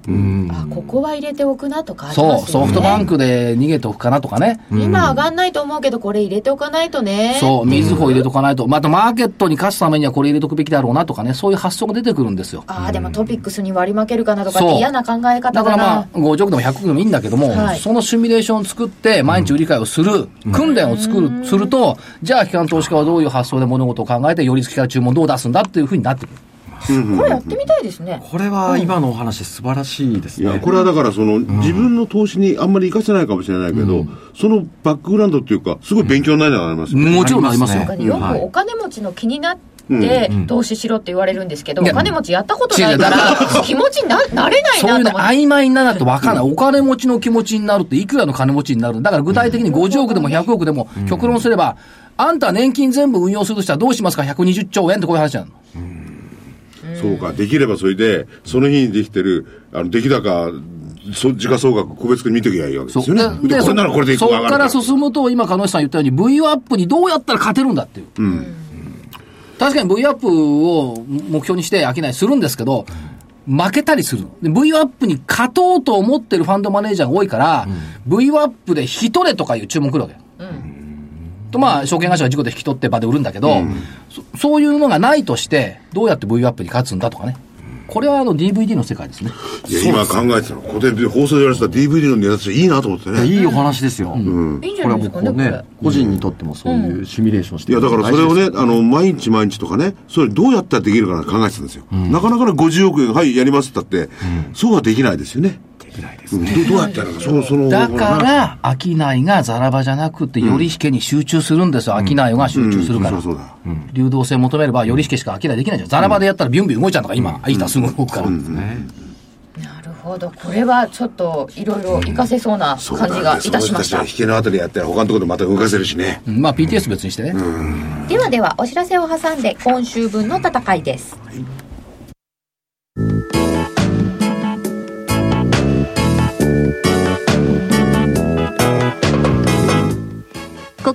S1: あここは入れておくなとかあり
S2: そ
S1: ま
S2: う、
S1: す
S2: ソ
S1: よね
S2: フトバンクで逃げておくかなとかね。
S1: 今上がんないと思うけどこれ入れておかないとね
S2: そう、みずほ入れとかないと。また、マーケットに勝つためにはこれ入れとくべきだろうなとかね、そういう発想が出てくるんですよ。
S1: ああでもトピックスに割り負けるかなとかっ
S2: そ
S1: て
S2: う
S1: 嫌な考え方
S2: だか
S1: だ
S2: ら
S1: な
S2: まあ、50億でも100億でもいいんだけども、
S1: はい
S2: そのシミュレーションを作って、毎日売り買いをする、訓練を作る、すると、じゃあ、機関投資家はどういう発想で物事を考えて、寄り付きから注文をどう出すんだっていうふうになってくる。
S1: これやってみたいですね
S3: これは今のお話素晴らしいです
S4: い
S3: ね。
S4: やこれはだからその、自分の投資にあんまり生かせないかもしれないけど、そのバックグラウンドっていうかすごい勉強になりながらありますよね、
S2: もちろんありますよ
S3: あり。ますね
S1: よ
S3: はい
S1: くお金持ちの気になって投資しろって言われるんですけど、お
S2: いや
S1: 金持ちやったことない
S2: 違う
S1: か、
S2: だから
S1: 気持ちにななれない
S2: そういう
S1: な
S2: ね、
S1: と思って。
S2: 曖昧にならないと分かんない。お金持ちの気持ちになるって、いくらの金持ちになるだから具体的に50億でも100億でも、極論すれば、あんた年金全部運用するとしたらどうしますか ?120 兆円ってこういう話なの。
S4: そうかできればそれでその日にできてるあの出来高そ時価総額個別に見てきゃいいわけですよね。
S2: で
S4: でこれならこれでいく
S2: そこ
S4: わかる
S2: から進むと、今、鹿野さん言ったように、VU アップにどうやったら勝てるんだっていう。確かに VU アップを目標にして商いするんですけど、負けたりするの。で VU アップに勝とうと思ってるファンドマネージャーが多いから、VU アップで引き取れとかいう注文来るわけ。とまあ、証券会社が事故で引き取って場で売るんだけど、そそういうのがないとして、どうやって VU アップに勝つんだとかね。これはあの DVD の世界ですね。
S4: いや今考えてたの。ここで放送でやらせた DVD の値段っていいなと思って
S3: いや
S4: ね。
S3: いいお話ですよ。
S1: いいんじ
S3: こ
S1: ゃな
S3: れはい
S1: です
S3: 僕
S1: かね、
S3: も
S1: これ
S3: ね。、個人にとってもそういうシミュレーションして
S4: いや、だからそれをね、あの、毎日毎日とかね、それどうやったらできるかなって考えてたんですよ。なかなかね50億円、はい、やりますって言ったって、そうはできないですよね。できないですね。どどうやったら、その、その、
S2: だ
S4: ほらな
S2: から、商いがザラバじゃなくて、より引けに集中するんですよ。商いが集中するか
S4: そ
S2: ら
S4: う。そうだ。
S2: 流動性求めれば、より引けしか商いできないじゃん。ザラバでやったらビュンビュン動いちゃうのが今、いいたすぐ動くから。
S1: なるほどこれはちょっといろいろ活かせそうな
S4: そう
S1: 感じがいたしました、
S4: 引けのあたりやったら他のところでまた動かせるしね。
S2: うんまあ、PTS 別にしてね。
S1: ではではお知らせを挟んで今週分の戦いです
S5: こ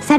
S5: さ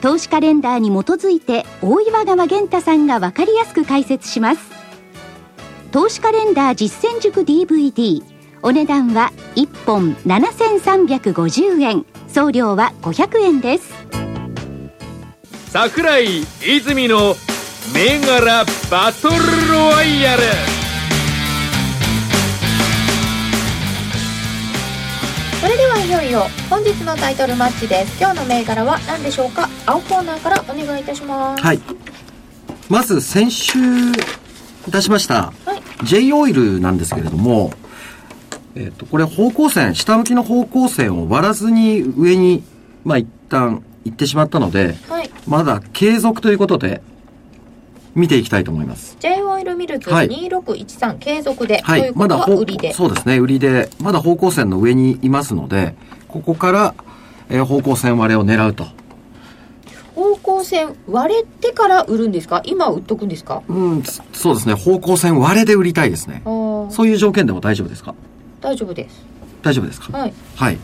S5: 投資カレンダーに基づいて大岩川源太さんが分かりやすく解説します投資カレンダー実践塾 DVD お値段は1本7350円送料は500円です
S6: 桜井泉の銘柄バトルロワイヤル
S1: それではいよいよ本日のタイトルマッチです今日の銘柄は何でしょうか青コーナーからお願いいたします
S3: はい。まず先週出しました、
S1: はい
S3: J オイルなんですけれども、えっ、と、これ方向線、下向きの方向線を割らずに上に、まあ一旦行ってしまったので、
S1: はい
S3: まだ継続ということで、見ていきたいと思います。
S1: J オイルミルズ
S3: はい
S1: 2613、継続で、
S3: は
S1: とい
S3: い。
S1: うことは
S3: ほう
S1: 売りで
S3: そうですね、売りで、まだ方向線の上にいますので、ここから、えー方向線割れを狙うと。
S1: 方向線割れてから売るんですか今売っとくんですか
S3: うん、そそうですね、方向線割れで売りたいですね
S1: あ。ー
S3: そういう条件でも大丈夫ですか
S1: 大丈夫です
S3: 大丈夫ですか
S1: はい
S3: はい。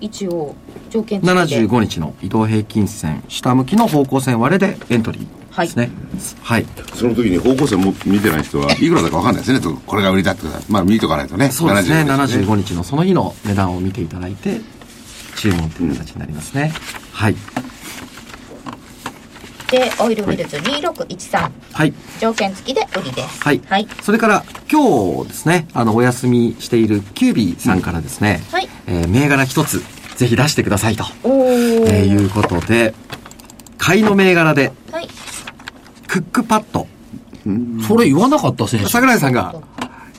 S1: 一応条件付きで
S3: 75日の移動平均線、下向きの方向線割れでエントリーですね。はい。
S4: その時に方向性も見てない人はいくらだかわかんないですね。とこれが売りだってことはまあ見とかないとね。
S3: そうですね、
S4: 75ですね
S3: 75日のその日の値段を見ていただいて、注文という形になりますね。はい。
S1: でオイルミルズ2613、
S3: はい。
S1: 条件付きで売りです
S3: はい。
S1: はい
S3: それから、今日ですね、あの、お休みしているキュービーさんからですね、
S1: はい
S3: えー銘柄一つ、ぜひ出してくださいと、
S1: おお、
S3: えーいうことで、買いの銘柄で、
S1: はい
S3: クックパッド。
S2: それ言わなかった選手。
S3: 桜井さんが、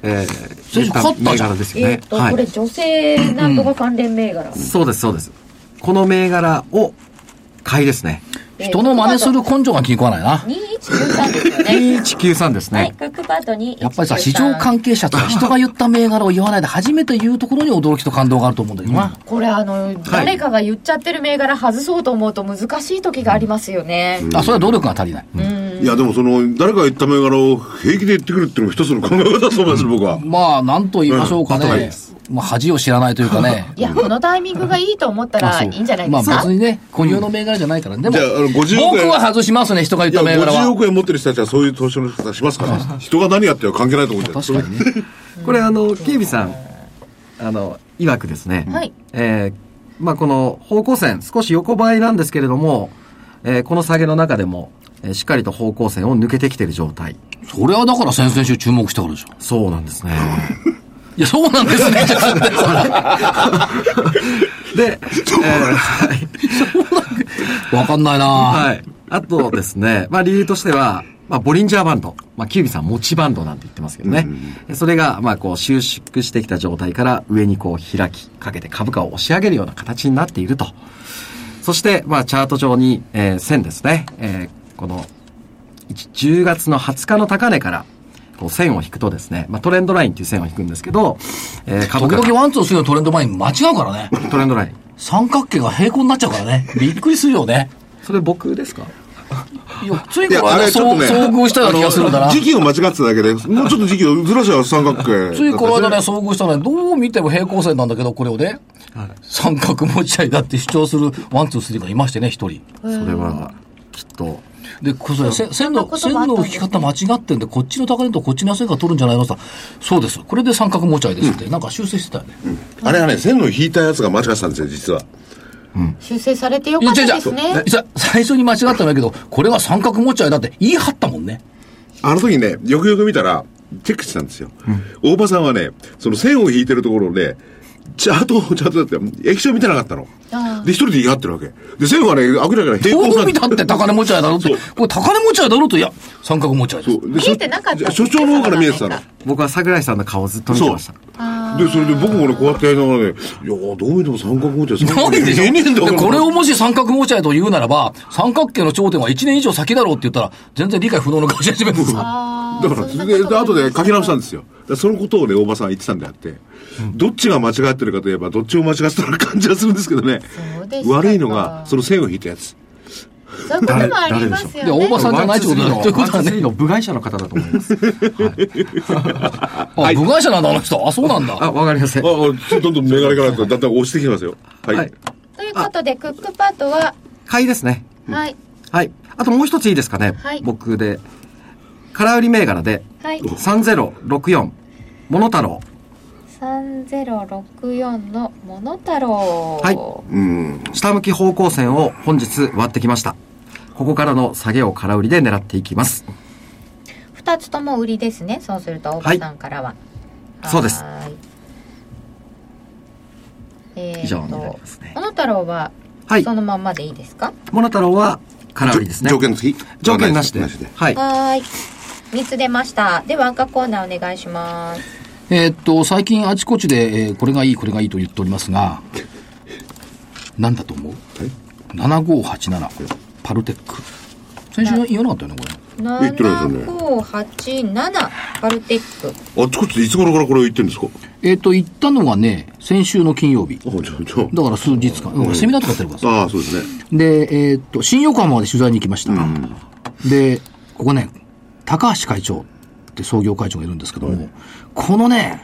S3: えー、
S2: 先生勝ったじゃん
S3: 銘柄ですよね。
S1: えっ、と、これ女性なんとか関連銘柄、
S3: そうです、そうです。この銘柄を買いですね。
S2: 人の真似する根性が気に食わないな。
S1: 2193ですよね
S3: 2193です
S1: はい
S3: ね。
S1: クックパッド2193
S2: やっぱりさ、市場関係者とか人が言った銘柄を言わないで初めて言うところに驚きと感動があると思うんだけどな。
S1: これあの、誰かが言っちゃってる銘柄外そうと思うと難しい時がありますよね、
S2: あ、それは努力が足りない。
S4: いや、でもその、誰かが言った銘柄を平気で言ってくるっていうのも一つの考え方だと思います、僕は。
S2: まあ、なんと言いましょうか
S4: うんまとめ
S2: ね
S4: で。
S2: まあ、恥を知らないというかね。
S1: いやこのタイミングがいいと思ったらいいんじゃない
S2: まあ
S1: ですか、
S2: 別にね、固有の銘柄じゃないから。でも
S4: じゃああの、50億円
S2: 僕は外しますね、人が
S4: い
S2: 言
S4: や、
S2: った銘柄
S4: 50
S2: は。
S4: 億円持ってる人たちはそういう投資の仕方しますから、人が何やってるか関係ないと思うんだよ
S2: 確かにね。
S3: これ、あの、警備さん、あの、曰くですね、
S1: はい
S3: えーまあ、この方向線、少し横ばいなんですけれども、えーこの下げの中でも、えーしっかりと方向線を抜けてきてる状態。
S2: それはだから先々週注目したからでしょ。
S3: そうなんですね。
S2: いや、そうなんですね。じゃあ
S3: で、え ー
S2: わかんないな、
S3: はい。あとですね、 まあ理由としては、まあボリンジャーバンド、まあキュービさん持ちバンドなんて言ってますけどね。それが、まあこう収縮してきた状態から上にこう開きかけて株価を押し上げるような形になっていると。そして、まあチャート上に、えー線ですね。えーこの、10月の20日の高値から、こう線を引くとですね、まあトレンドラインっていう線を引くんですけど、えー株
S2: 時
S3: 価
S2: 々
S3: が
S2: ワンツースリーのトレンド前に間違うからね。
S3: トレンドライン。
S2: 三角形が平行になっちゃうからね。びっくりするよね。
S3: それ僕ですか
S2: いや、つい
S4: い
S2: こ
S4: や、
S2: の
S4: あ
S2: 間
S4: れち
S2: 遭
S4: ょっとね。
S2: 遭遇したような気がするんだ
S4: あ
S2: な
S4: の。時期を間違ってただけで、もうちょっと時期をずらしたら三角形。
S2: ついこの間ね、遭遇したのね、どう見ても平行線なんだけど、これをね、三角持ち合いだって主張するワンツースリーがいましてね、一人。
S3: それは、きっと、
S2: で、こそれせ線の、
S1: そん
S2: 線
S1: なことがあ
S2: の
S1: ったんだ
S2: 引き方間違ってんで、こっちの高値とこっちの安いから取るんじゃないのさ。そうです。これで三角持ち合いですって、なんか修正してたよね。
S4: あれはね、線路引いたやつが間違ってたんですよ、実は。
S1: 修正されてよ
S2: い
S1: か
S2: や、
S1: っ
S2: じ
S1: た
S2: ゃ
S1: で
S2: じ
S1: す
S2: ゃ
S1: ね。
S2: 最初に間違ったんだけど、これは三角持ち合いだって言い張ったもんね。
S4: あの時ね、よくよく見たら、チェックしてたんですよ。大場さんはね、その線を引いてるところで、チャート、チャートだって、液晶見てなかったの
S1: あ。ー
S4: で、一人で言い合ってるわけ。で、線はね、明らかに平
S2: ど
S4: 行
S2: う見たって高値持ち合いだろって
S4: そう。
S2: これ高値持ち合いだろと、いや、三角持ち合いです。
S4: そうで
S1: 見えてなかったんです
S4: 所
S1: ね
S4: 長の方から見えてたの。
S3: 僕は桜井さんの顔ずっと見て
S4: そう
S3: ました。。
S4: で、それで僕もね、こうやってやりながらね、いやーどう見ても三角持ち合い、三
S2: な
S4: 角
S2: いで
S4: 持
S2: し
S4: ち
S2: ょ
S4: 合い見えねえんだ
S2: で
S4: から
S2: これをもし三角持ち合いと言うならば、三角形の頂点は1年以上先だろうって言ったら、全然理解不能の顔し始めるんですか
S1: あ
S4: だから、で、後で書き直したんですよ。でそのことをね、大場さんは言ってたんであって、どっちが間違ってるかといえば、どっちも間違ってたような感じがするんですけどね
S1: そうです。か
S4: 悪いのが、その線を引いたやつ。
S1: ーそういうこともありますよ
S2: いや、大
S1: ね。
S2: 場さんじゃないってことだよ。ということは
S3: ワンツースリ
S2: ね
S3: ー、の部外者の方だと思います。
S2: あ、部外者なんだ、あの人。あ、そうなんだ。
S3: あ、わかりません。
S4: あ、あどんどんメガネからだんだん押してきますよ。はい。
S3: はい。
S1: ということで、クックパッドは、
S3: 買いですね。
S1: はい、
S3: はい。あともう一ついいですかね。
S1: はい
S3: 僕で。空売り銘柄で、
S1: はい、
S3: 3064、モノタロ
S1: 3064のモノタロウ。
S3: はい
S4: うん。
S3: ウ、下向き方向線を本日割ってきました。ここからの下げを空売りで狙っていきます。
S1: 2つとも売りですねそうすると大場さんからは、はーい、
S3: そうです
S1: えーと
S3: 以上になりますね
S1: 小野太郎は
S3: はい
S1: そ。のまんまでいいですか
S3: モノタロウは空売りですね。
S4: 条件付き
S3: 条件なしで。
S4: なしで。
S3: はい。
S1: はーい3つ出ましたでは赤コーナーお願いします
S2: えーっと、最近あちこちで、えーこれがいい、これがいいと言っておりますが、なんだと思う ?7587、パルテック。先週言わなかったよね、これ。
S4: 言ってないです
S1: 7587パルテック
S4: あっちこっちでいつ頃からこれを言ってるんですか
S2: えーっと、言ったのがね、先週の金曜日。
S4: あ、ちょ、ちょ。
S2: だから数日間。うんセミナーとかやってるからさ。
S4: ああ、そうですね。
S2: で、えーっと、新横浜まで取材に行きました。で、ここね、高橋会長って創業会長がいるんですけども、このね、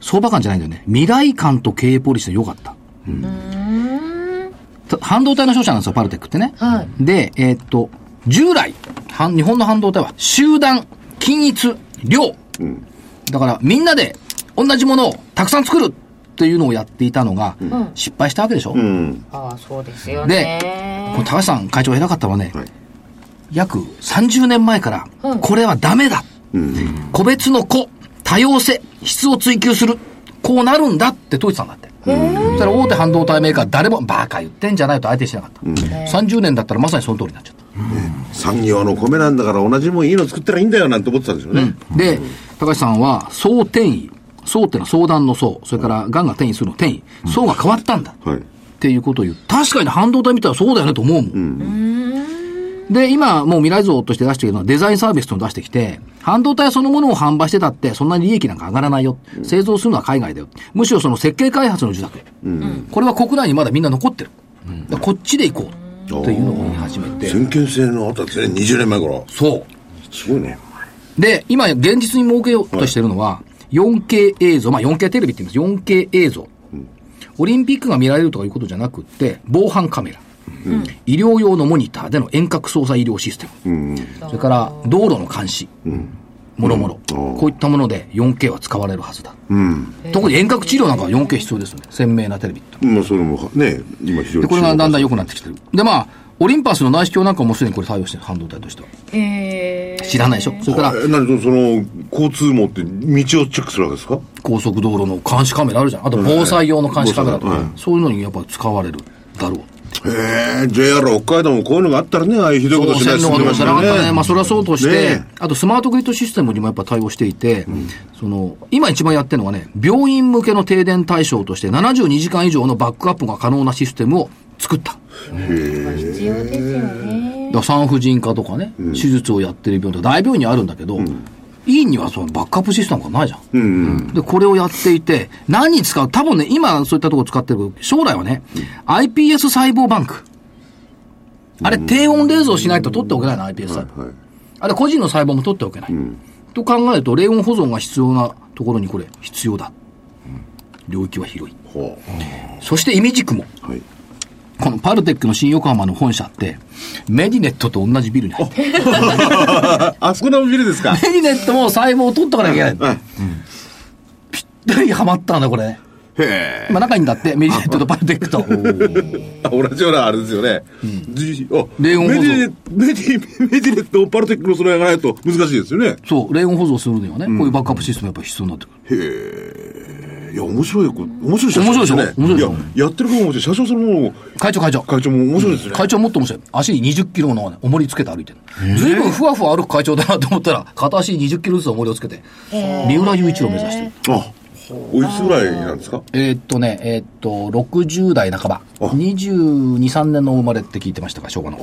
S2: 相場感じゃないんだよね。未来感と経営ポリシーで良かった。た半導体の商社なんですよ、パルテックってね。
S1: はい
S2: で、えーっと、従来、半日本の半導体は集団、均一、量。だからみんなで同じものをたくさん作るっていうのをやっていたのが、失敗したわけでしょ、
S4: うん。
S1: ああそうですよ
S2: で
S1: ね
S2: これ高橋さん会長偉かったのはね、
S4: はい
S2: 約30年前から、
S1: うん
S2: これはダメだ、個別の個多様性質を追求するこうなるんだって説いてたんだってそしたら大手半導体メーカー誰もバカ言ってんじゃないと相手してなかった、30年だったらまさにその通りになっちゃった
S4: 産業の米なんだから同じもんいいの作ったらいいんだよなんて思ってたんですよね。
S2: で、高橋さんは、総転移。総ってのは相談の層。それから、癌が転移するの転移。層が変わったんだ。
S4: はい
S2: っていうことを言う。確かに半導体見たらそうだよねと思うもん。で、今、もう未来像として出してるのはデザインサービスというのを出してきて、半導体そのものを販売してたって、そんなに利益なんか上がらないよ。製造するのは海外だよ。むしろその設計開発の受託。これは国内にまだみんな残ってる。だからこっちで行こう。というのを言い始めて。
S4: 先見性のあったですね、20年前から。
S2: そう。
S4: すごいね。
S2: で、今、現実に儲けようとしてるのは、4K 映像、まあ 4K テレビって言います。4K 映像。オリンピックが見られるとかいうことじゃなくって、防犯カメラ。医療用のモニターでの遠隔操作医療システム。それから、道路の監視。もろもろ。こういったもので 4K は使われるはずだ。特に遠隔治療なんかは 4K 必要ですよね。鮮明なテレビって。
S4: まあ、それもね、今非常に注目されて。
S2: で、これがだんだん良くなってきてる。で、まあ、オリンパスの内視鏡なんかもすでにこれ対応してる、半導体としては。
S1: えー、
S2: 知らないでしょそれから
S4: あ、れ何その、交通網って道をチェックするわけですか
S2: 高速道路の監視カメラあるじゃん。あと防災用の監視カメラと
S4: う
S2: か
S4: ん、
S2: そういうのにやっぱ使われるだろう。
S4: へえ、JR 北海道もこういうのがあったらね、ああいうひどいことしない
S2: 線
S4: で
S2: 路
S4: 済ん
S2: がどう
S4: でま
S2: し
S4: した
S2: な
S4: た
S2: かったね。まあ、それはそうとして、
S4: ね
S2: あとスマートグリッドシステムにもやっぱ対応していて、その、今一番やってるのはね、病院向けの停電対象として72時間以上のバックアップが可能なシステムを作った。
S1: 必要ですよね。
S2: だから産婦人科とかね、手術をやってる病院とか大病院にあるんだけど、医院にはそのバックアップシステムがないじゃん。で、これをやっていて、何に使う多分ね、今そういったところ使ってるけど、将来はね、iPS 細胞バンク。あれ、低温冷蔵しないと取っておけないの、iPS 細胞。あれ、個人の細胞も取っておけない。と考えると、冷温保存が必要なところにこれ、必要だ。領域は広い。
S4: ほ
S2: そして、イミジクも。
S4: うはい。
S2: このパルテックの新横浜の本社って、メディネットと同じビルに入ってる
S4: あそこのビルですか
S2: ペニネットも細胞を取っとかなきゃいけない。ぴったりハマったんだ、これ。
S4: へえ。
S2: まあ仲いいんだって、メディネットとパルテックと。
S4: あ同じようなあれですよね。じあ
S2: 冷温保
S4: メ
S2: 存
S4: ディネメディメディネットをパルテックの備えがないと難しいですよね。
S2: そう、冷温保存するにはね、こういうバックアップシステムやっぱ必要になってくる。
S4: いや、面白いよ。こ面白い社長
S2: 面白いでしょ
S4: ね。
S2: 面白いでしょ
S4: や、やってる方も面白い。社長そのものも、
S2: 会長、会長。
S4: 会長も面白いですね。
S2: 会長もっと面白い。足に20キロのね、重りつけて歩いてる。ずいぶんふわふわ歩く会長だなと思ったら、片足に20キロずつ重りをつけて、三浦雄一郎を目指してる。
S4: あ、おいくつぐらいなんですか
S2: えーっとね、えーっと、60代半ば。22、3年の生まれって聞いてましたか、昭和の。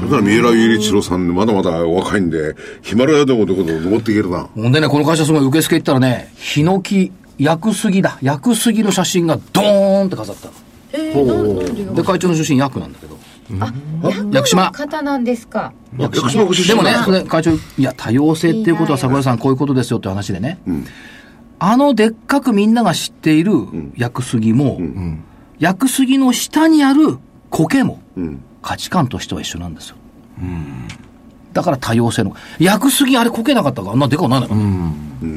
S4: それから三浦雄一郎さんでまだまだ若いんで、ヒマラヤでもどこでも登っていけるな。
S2: ほんでね、この会社すごい受付行ったらね、ヒノキ、薬杉だ。薬杉の写真がドーンって飾った
S1: えー、なんなんでよ
S2: の。で、会長の出身薬なんだけど。
S1: 役
S2: 薬
S1: 所
S2: 島
S1: の方なんですか。
S4: 屋久島ご出身
S2: でもね
S4: なん、
S2: これ会長、いや、多様性っていうことは桜井さんこういうことですよって話でね。あのでっかくみんなが知っている薬杉も、薬杉の下にある苔も、価値観としては一緒なんですよ。だから多様性の。薬杉あれ苔なかったから、あんなでかくないのよ。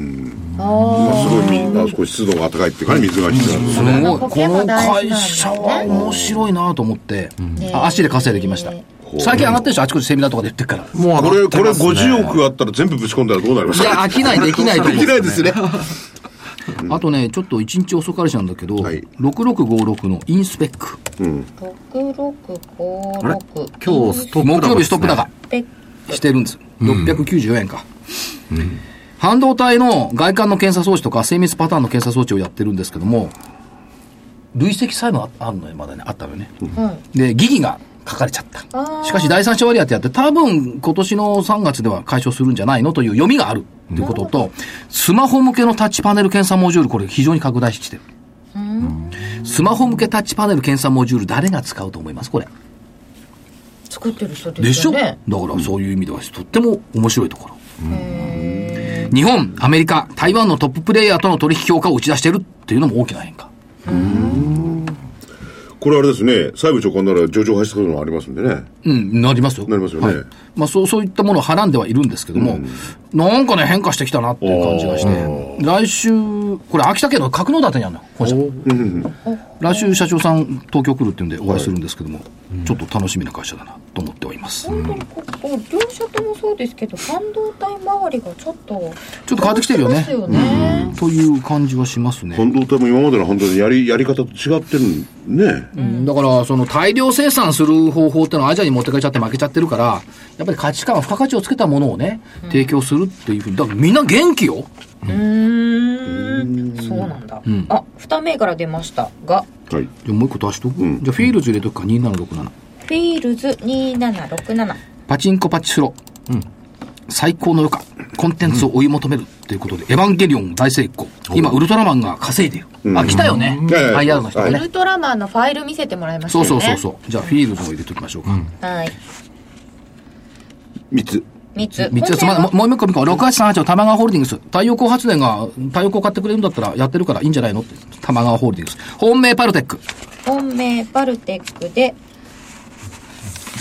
S4: まあすごいみ、あそこ湿度が高いっていうかね、水が必要なんで
S2: す
S4: すよ
S2: ごい
S4: ね。
S2: この会社は面白いなと思って、あ足で稼いできました最近上がってるでしょあちこちセミナーとかで言ってるから
S3: もう上
S4: こ
S3: がっ
S4: れ、こ
S3: て
S4: れ
S3: ますね
S4: 50億あったら全部ぶち込んだらどうなります
S2: いや
S4: か
S2: 飽きないできないと思う
S4: できないですね。
S2: あとねちょっと一日遅かれちゃうんだけど、
S4: はい
S2: 6656のインスペック
S1: 六六五
S3: あれ
S1: 六。
S3: 今日ストップ
S2: 木
S3: 高ですね
S2: 曜日ストップ高
S1: ペッ
S2: してるんです694円か、半導体の外観の検査装置とか精密パターンの検査装置をやってるんですけども累積債務ああるのよまだねあったのよね、
S1: はい
S2: で、疑義が書かれちゃった
S1: あー。
S2: しかし、第三者割当やって、多分今年の3月では解消するんじゃないのという読みがあるということと、スマホ向けのタッチパネル検査モジュール、これ非常に拡大してる。スマホ向けタッチパネル検査モジュール、誰が使うと思いますこれ。
S1: 作ってる人で
S2: ですしょ
S1: よ
S2: だ
S1: ね。
S2: からそういう意味では、とっても面白いところ。日本、アメリカ、台湾のトッププレイヤーとの取引評価を打ち出してるっていうのも大きな変化。
S4: これあれですね、細部長官なら上場廃止するのもありますんでね。
S2: うん、なりますよ。
S4: なりますよね
S2: はいまあ、そう、そういったものをはらんではいるんですけども、なんかね、変化してきたなっていう感じがして、来週、これ、秋田県の角館にあるのよ、本社。来週、社長さん、東京来るっていうんでお会いするんですけども、ちょっと楽しみな会社だなと思ってはいます。
S1: 本当にここ両社ともそうですけど半導体周りがちょっとちょ
S2: ちょ
S1: っ
S2: っと変わってきてるよね。という感じはしますね。
S4: 半導体も今までの半導体のやり、やり方と違ってるんね。
S2: だから、その大量生産する方法ってのはアジアに持ってかれちゃって負けちゃってるから、やっぱり価値観、付加価値をつけたものをね、提供するっていうふうに、だからみんな元気よ。
S1: うーんそうなんだ、あ二銘柄出ましたが
S4: はい。
S2: じゃあもう一個足しとく、じゃあフィールズ入れとくか2767
S1: フィールズ2767
S2: パチンコパチスロ、最高の余暇コンテンツを追い求めるということで、エヴァンゲリオン大成功今ウルトラマンが稼いでる、あ来たよね、
S4: ん
S2: IR の人が
S1: ウ
S2: ね、
S1: ルトラマンのファイル見せてもらいました
S2: そ
S1: よ
S2: う
S1: ね
S2: そうそうそうじゃあフィールズを入れときましょうか、
S1: はい
S4: 3つ。
S1: 三つ
S2: 三つつまんもうもう一個、もう一個、6838の玉川ホールディングス。太陽光発電が、太陽光買ってくれるんだったらやってるからいいんじゃないのって。玉川ホールディングス。本命パルテック。
S1: 本命バルテックで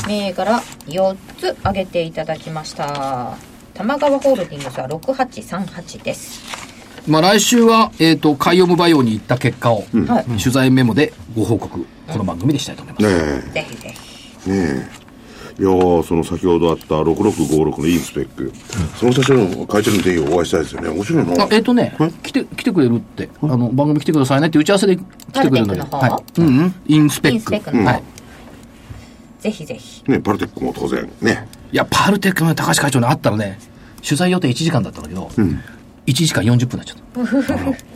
S1: 銘柄4つ挙げていただきました玉川ホールディングスは6838です。
S2: まあ、来週は、えっ、と、海洋無培養に行った結果を、
S1: はい
S2: 取材メモでご報告、この番組でしたいと思います。
S4: え
S1: ぜひぜひ。
S4: えねえいやーその先ほどあった6656のいいスペック、その社長の会長の定義をお会いしたいですよね面白いな
S2: あえっ、とね来て、来てくれるって、あの、番組来てくださいねって打ち合わせで来てくれるんだけど。
S1: パルテック
S2: い。
S1: の方
S2: うんうん。インスペック。
S1: インスペックの方
S2: はい。
S1: ぜひぜひ。
S4: ねパルテックも当然ね
S2: いや、パルテックの高橋会長に会ったらね、取材予定1時間だったんだけど、1時間40分になっちゃった。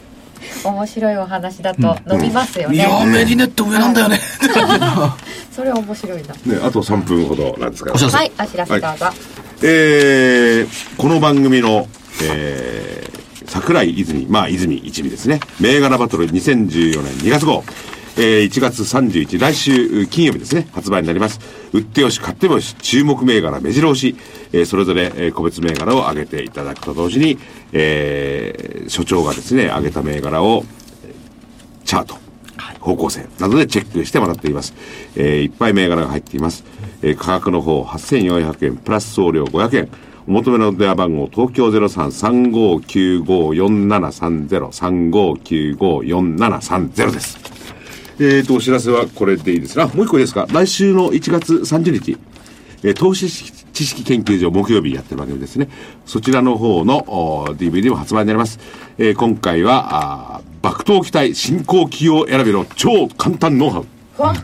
S1: 面白いお話だと伸びますよ
S2: い
S1: ね。
S2: やー、メディネット上なんだ よね。
S1: それは面白いな。
S4: ねあと3分ほどなんですから
S2: お知らせ
S1: はい、あしらせどうぞ。
S4: えーこの番組の、えー桜井泉、まあ泉一味ですね、銘柄バトル2014年2月号、えー1月31日、来週金曜日ですね、発売になります。売ってよし、買ってもよし、注目銘柄、目白押し、えーそれぞれ、えー個別銘柄を上げていただくと同時に、えー所長がですね、上げた銘柄を、チャート、方向性などでチェックしてもらっています。えーいっぱい銘柄が入っています。えー価格の方、8400円、プラス送料500円。お求めの電話番号、東京0335954730、35954730です。えーと、お知らせはこれでいいですな。もう一個いいですか。来週の1月30日、えー投資知識研究所木曜日やってる番組ですね。そちらの方のおー DVD も発売になります。えー今回は、あー爆投機体進行機を選べの超簡単ノウハウ。
S1: ふわん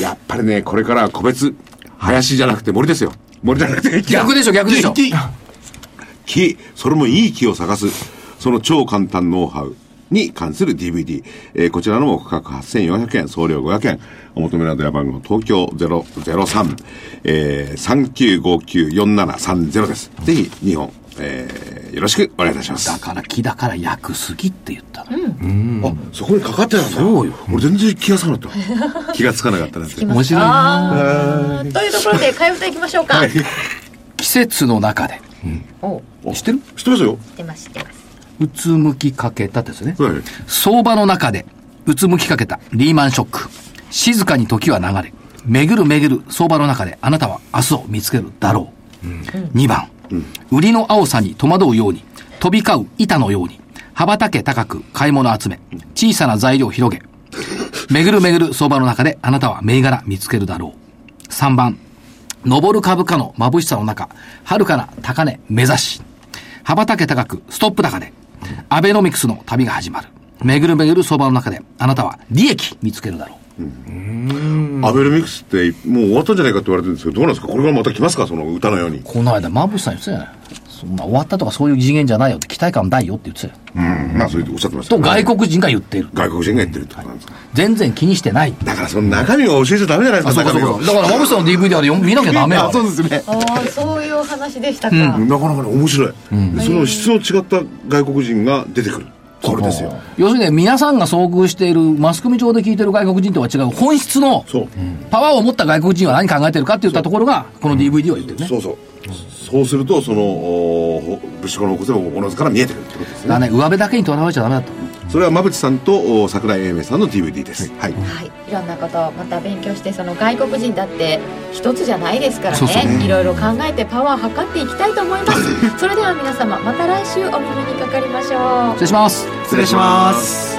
S4: やっぱりね、これからは個別、林じゃなくて森ですよ。森じゃな くて木だ
S2: 逆でしょ逆でしょ
S4: 木木それもいい木を探す。その超簡単ノウハウに関する DVD。えーこちらのも価格8400円、送料500円。お求めの電話番号、東京003、えー、3959-4730です。ぜひ、日本、えーよろしくお願いいたします。
S2: だから木だから焼くすぎって言ったの。
S4: あ、そこにかかってたんだ。そうよ。俺全然気がつかなか った。気がつかなかったです。
S2: 面白いな。
S1: あーというところで、替え歌いきましょうか。
S2: 季節の中で。
S1: おう
S4: 知ってる知ってますよ。
S1: 出ましてます。
S2: うつむきかけたですね。
S4: はい。
S2: 相場の中で、うつむきかけた、リーマンショック。静かに時は流れ。巡る巡る相場の中であなたは明日を見つけるだろう。2番、売りの青さに戸惑うように、飛び交う板のように、羽ばたけ高く買い物集め、小さな材料広げ。巡る巡る相場の中であなたは銘柄見つけるだろう。3番、上る株価の眩しさの中、遥かな高値目指し、羽ばたけ高くストップ高で、アベノミクスの旅が始まる。巡る巡る相場の中で、あなたは利益見つけるだろう。
S4: アベルミクスってもう終わったんじゃないかって言われてるんですけどどうなんですかこれからまた来ますかその歌のように
S2: この間、まぶしさん言ってたよね。そんな終わったとかそういう次元じゃないよって期待感ないよって言ってたよ。
S4: うんまあそういうおっしゃってました
S2: と
S4: ね
S2: 外国人が言っている。
S4: 外国人がやってるってことなんですか
S2: 全然気にしてない。
S4: だからその中身を教えちゃダメじゃないですか中身を
S2: だから、まぶしさんの DVD はね見なきゃダメよ
S4: あ。そうですね
S1: ああ、そういうお話でしたか。
S4: なかなかね面白いでその質の違った外国人が出てくるこれですよ
S2: 要するにね皆さんが遭遇しているマスコミ上で聞いてる外国人とは違う本質の
S4: そう
S2: パワーを持った外国人は何考えてるかって言ったところがこの DVD は言ってるね
S4: そうそうそうするとそのおほ物色の方向性もおのずから見えてくるってことです
S2: だ
S4: ね
S2: からね上辺だけにとらわれちゃダメだと
S4: それは馬淵さんとお桜井英明さんの DVD ですはい
S1: はい、いろんなことをまた勉強してその外国人だって一つじゃないですからね
S2: そうそう
S1: いろいろ考えてパワー測っていきたいと思いますそれでは皆様また来週お耳にかかりましょう
S2: 失礼します
S3: 失礼します。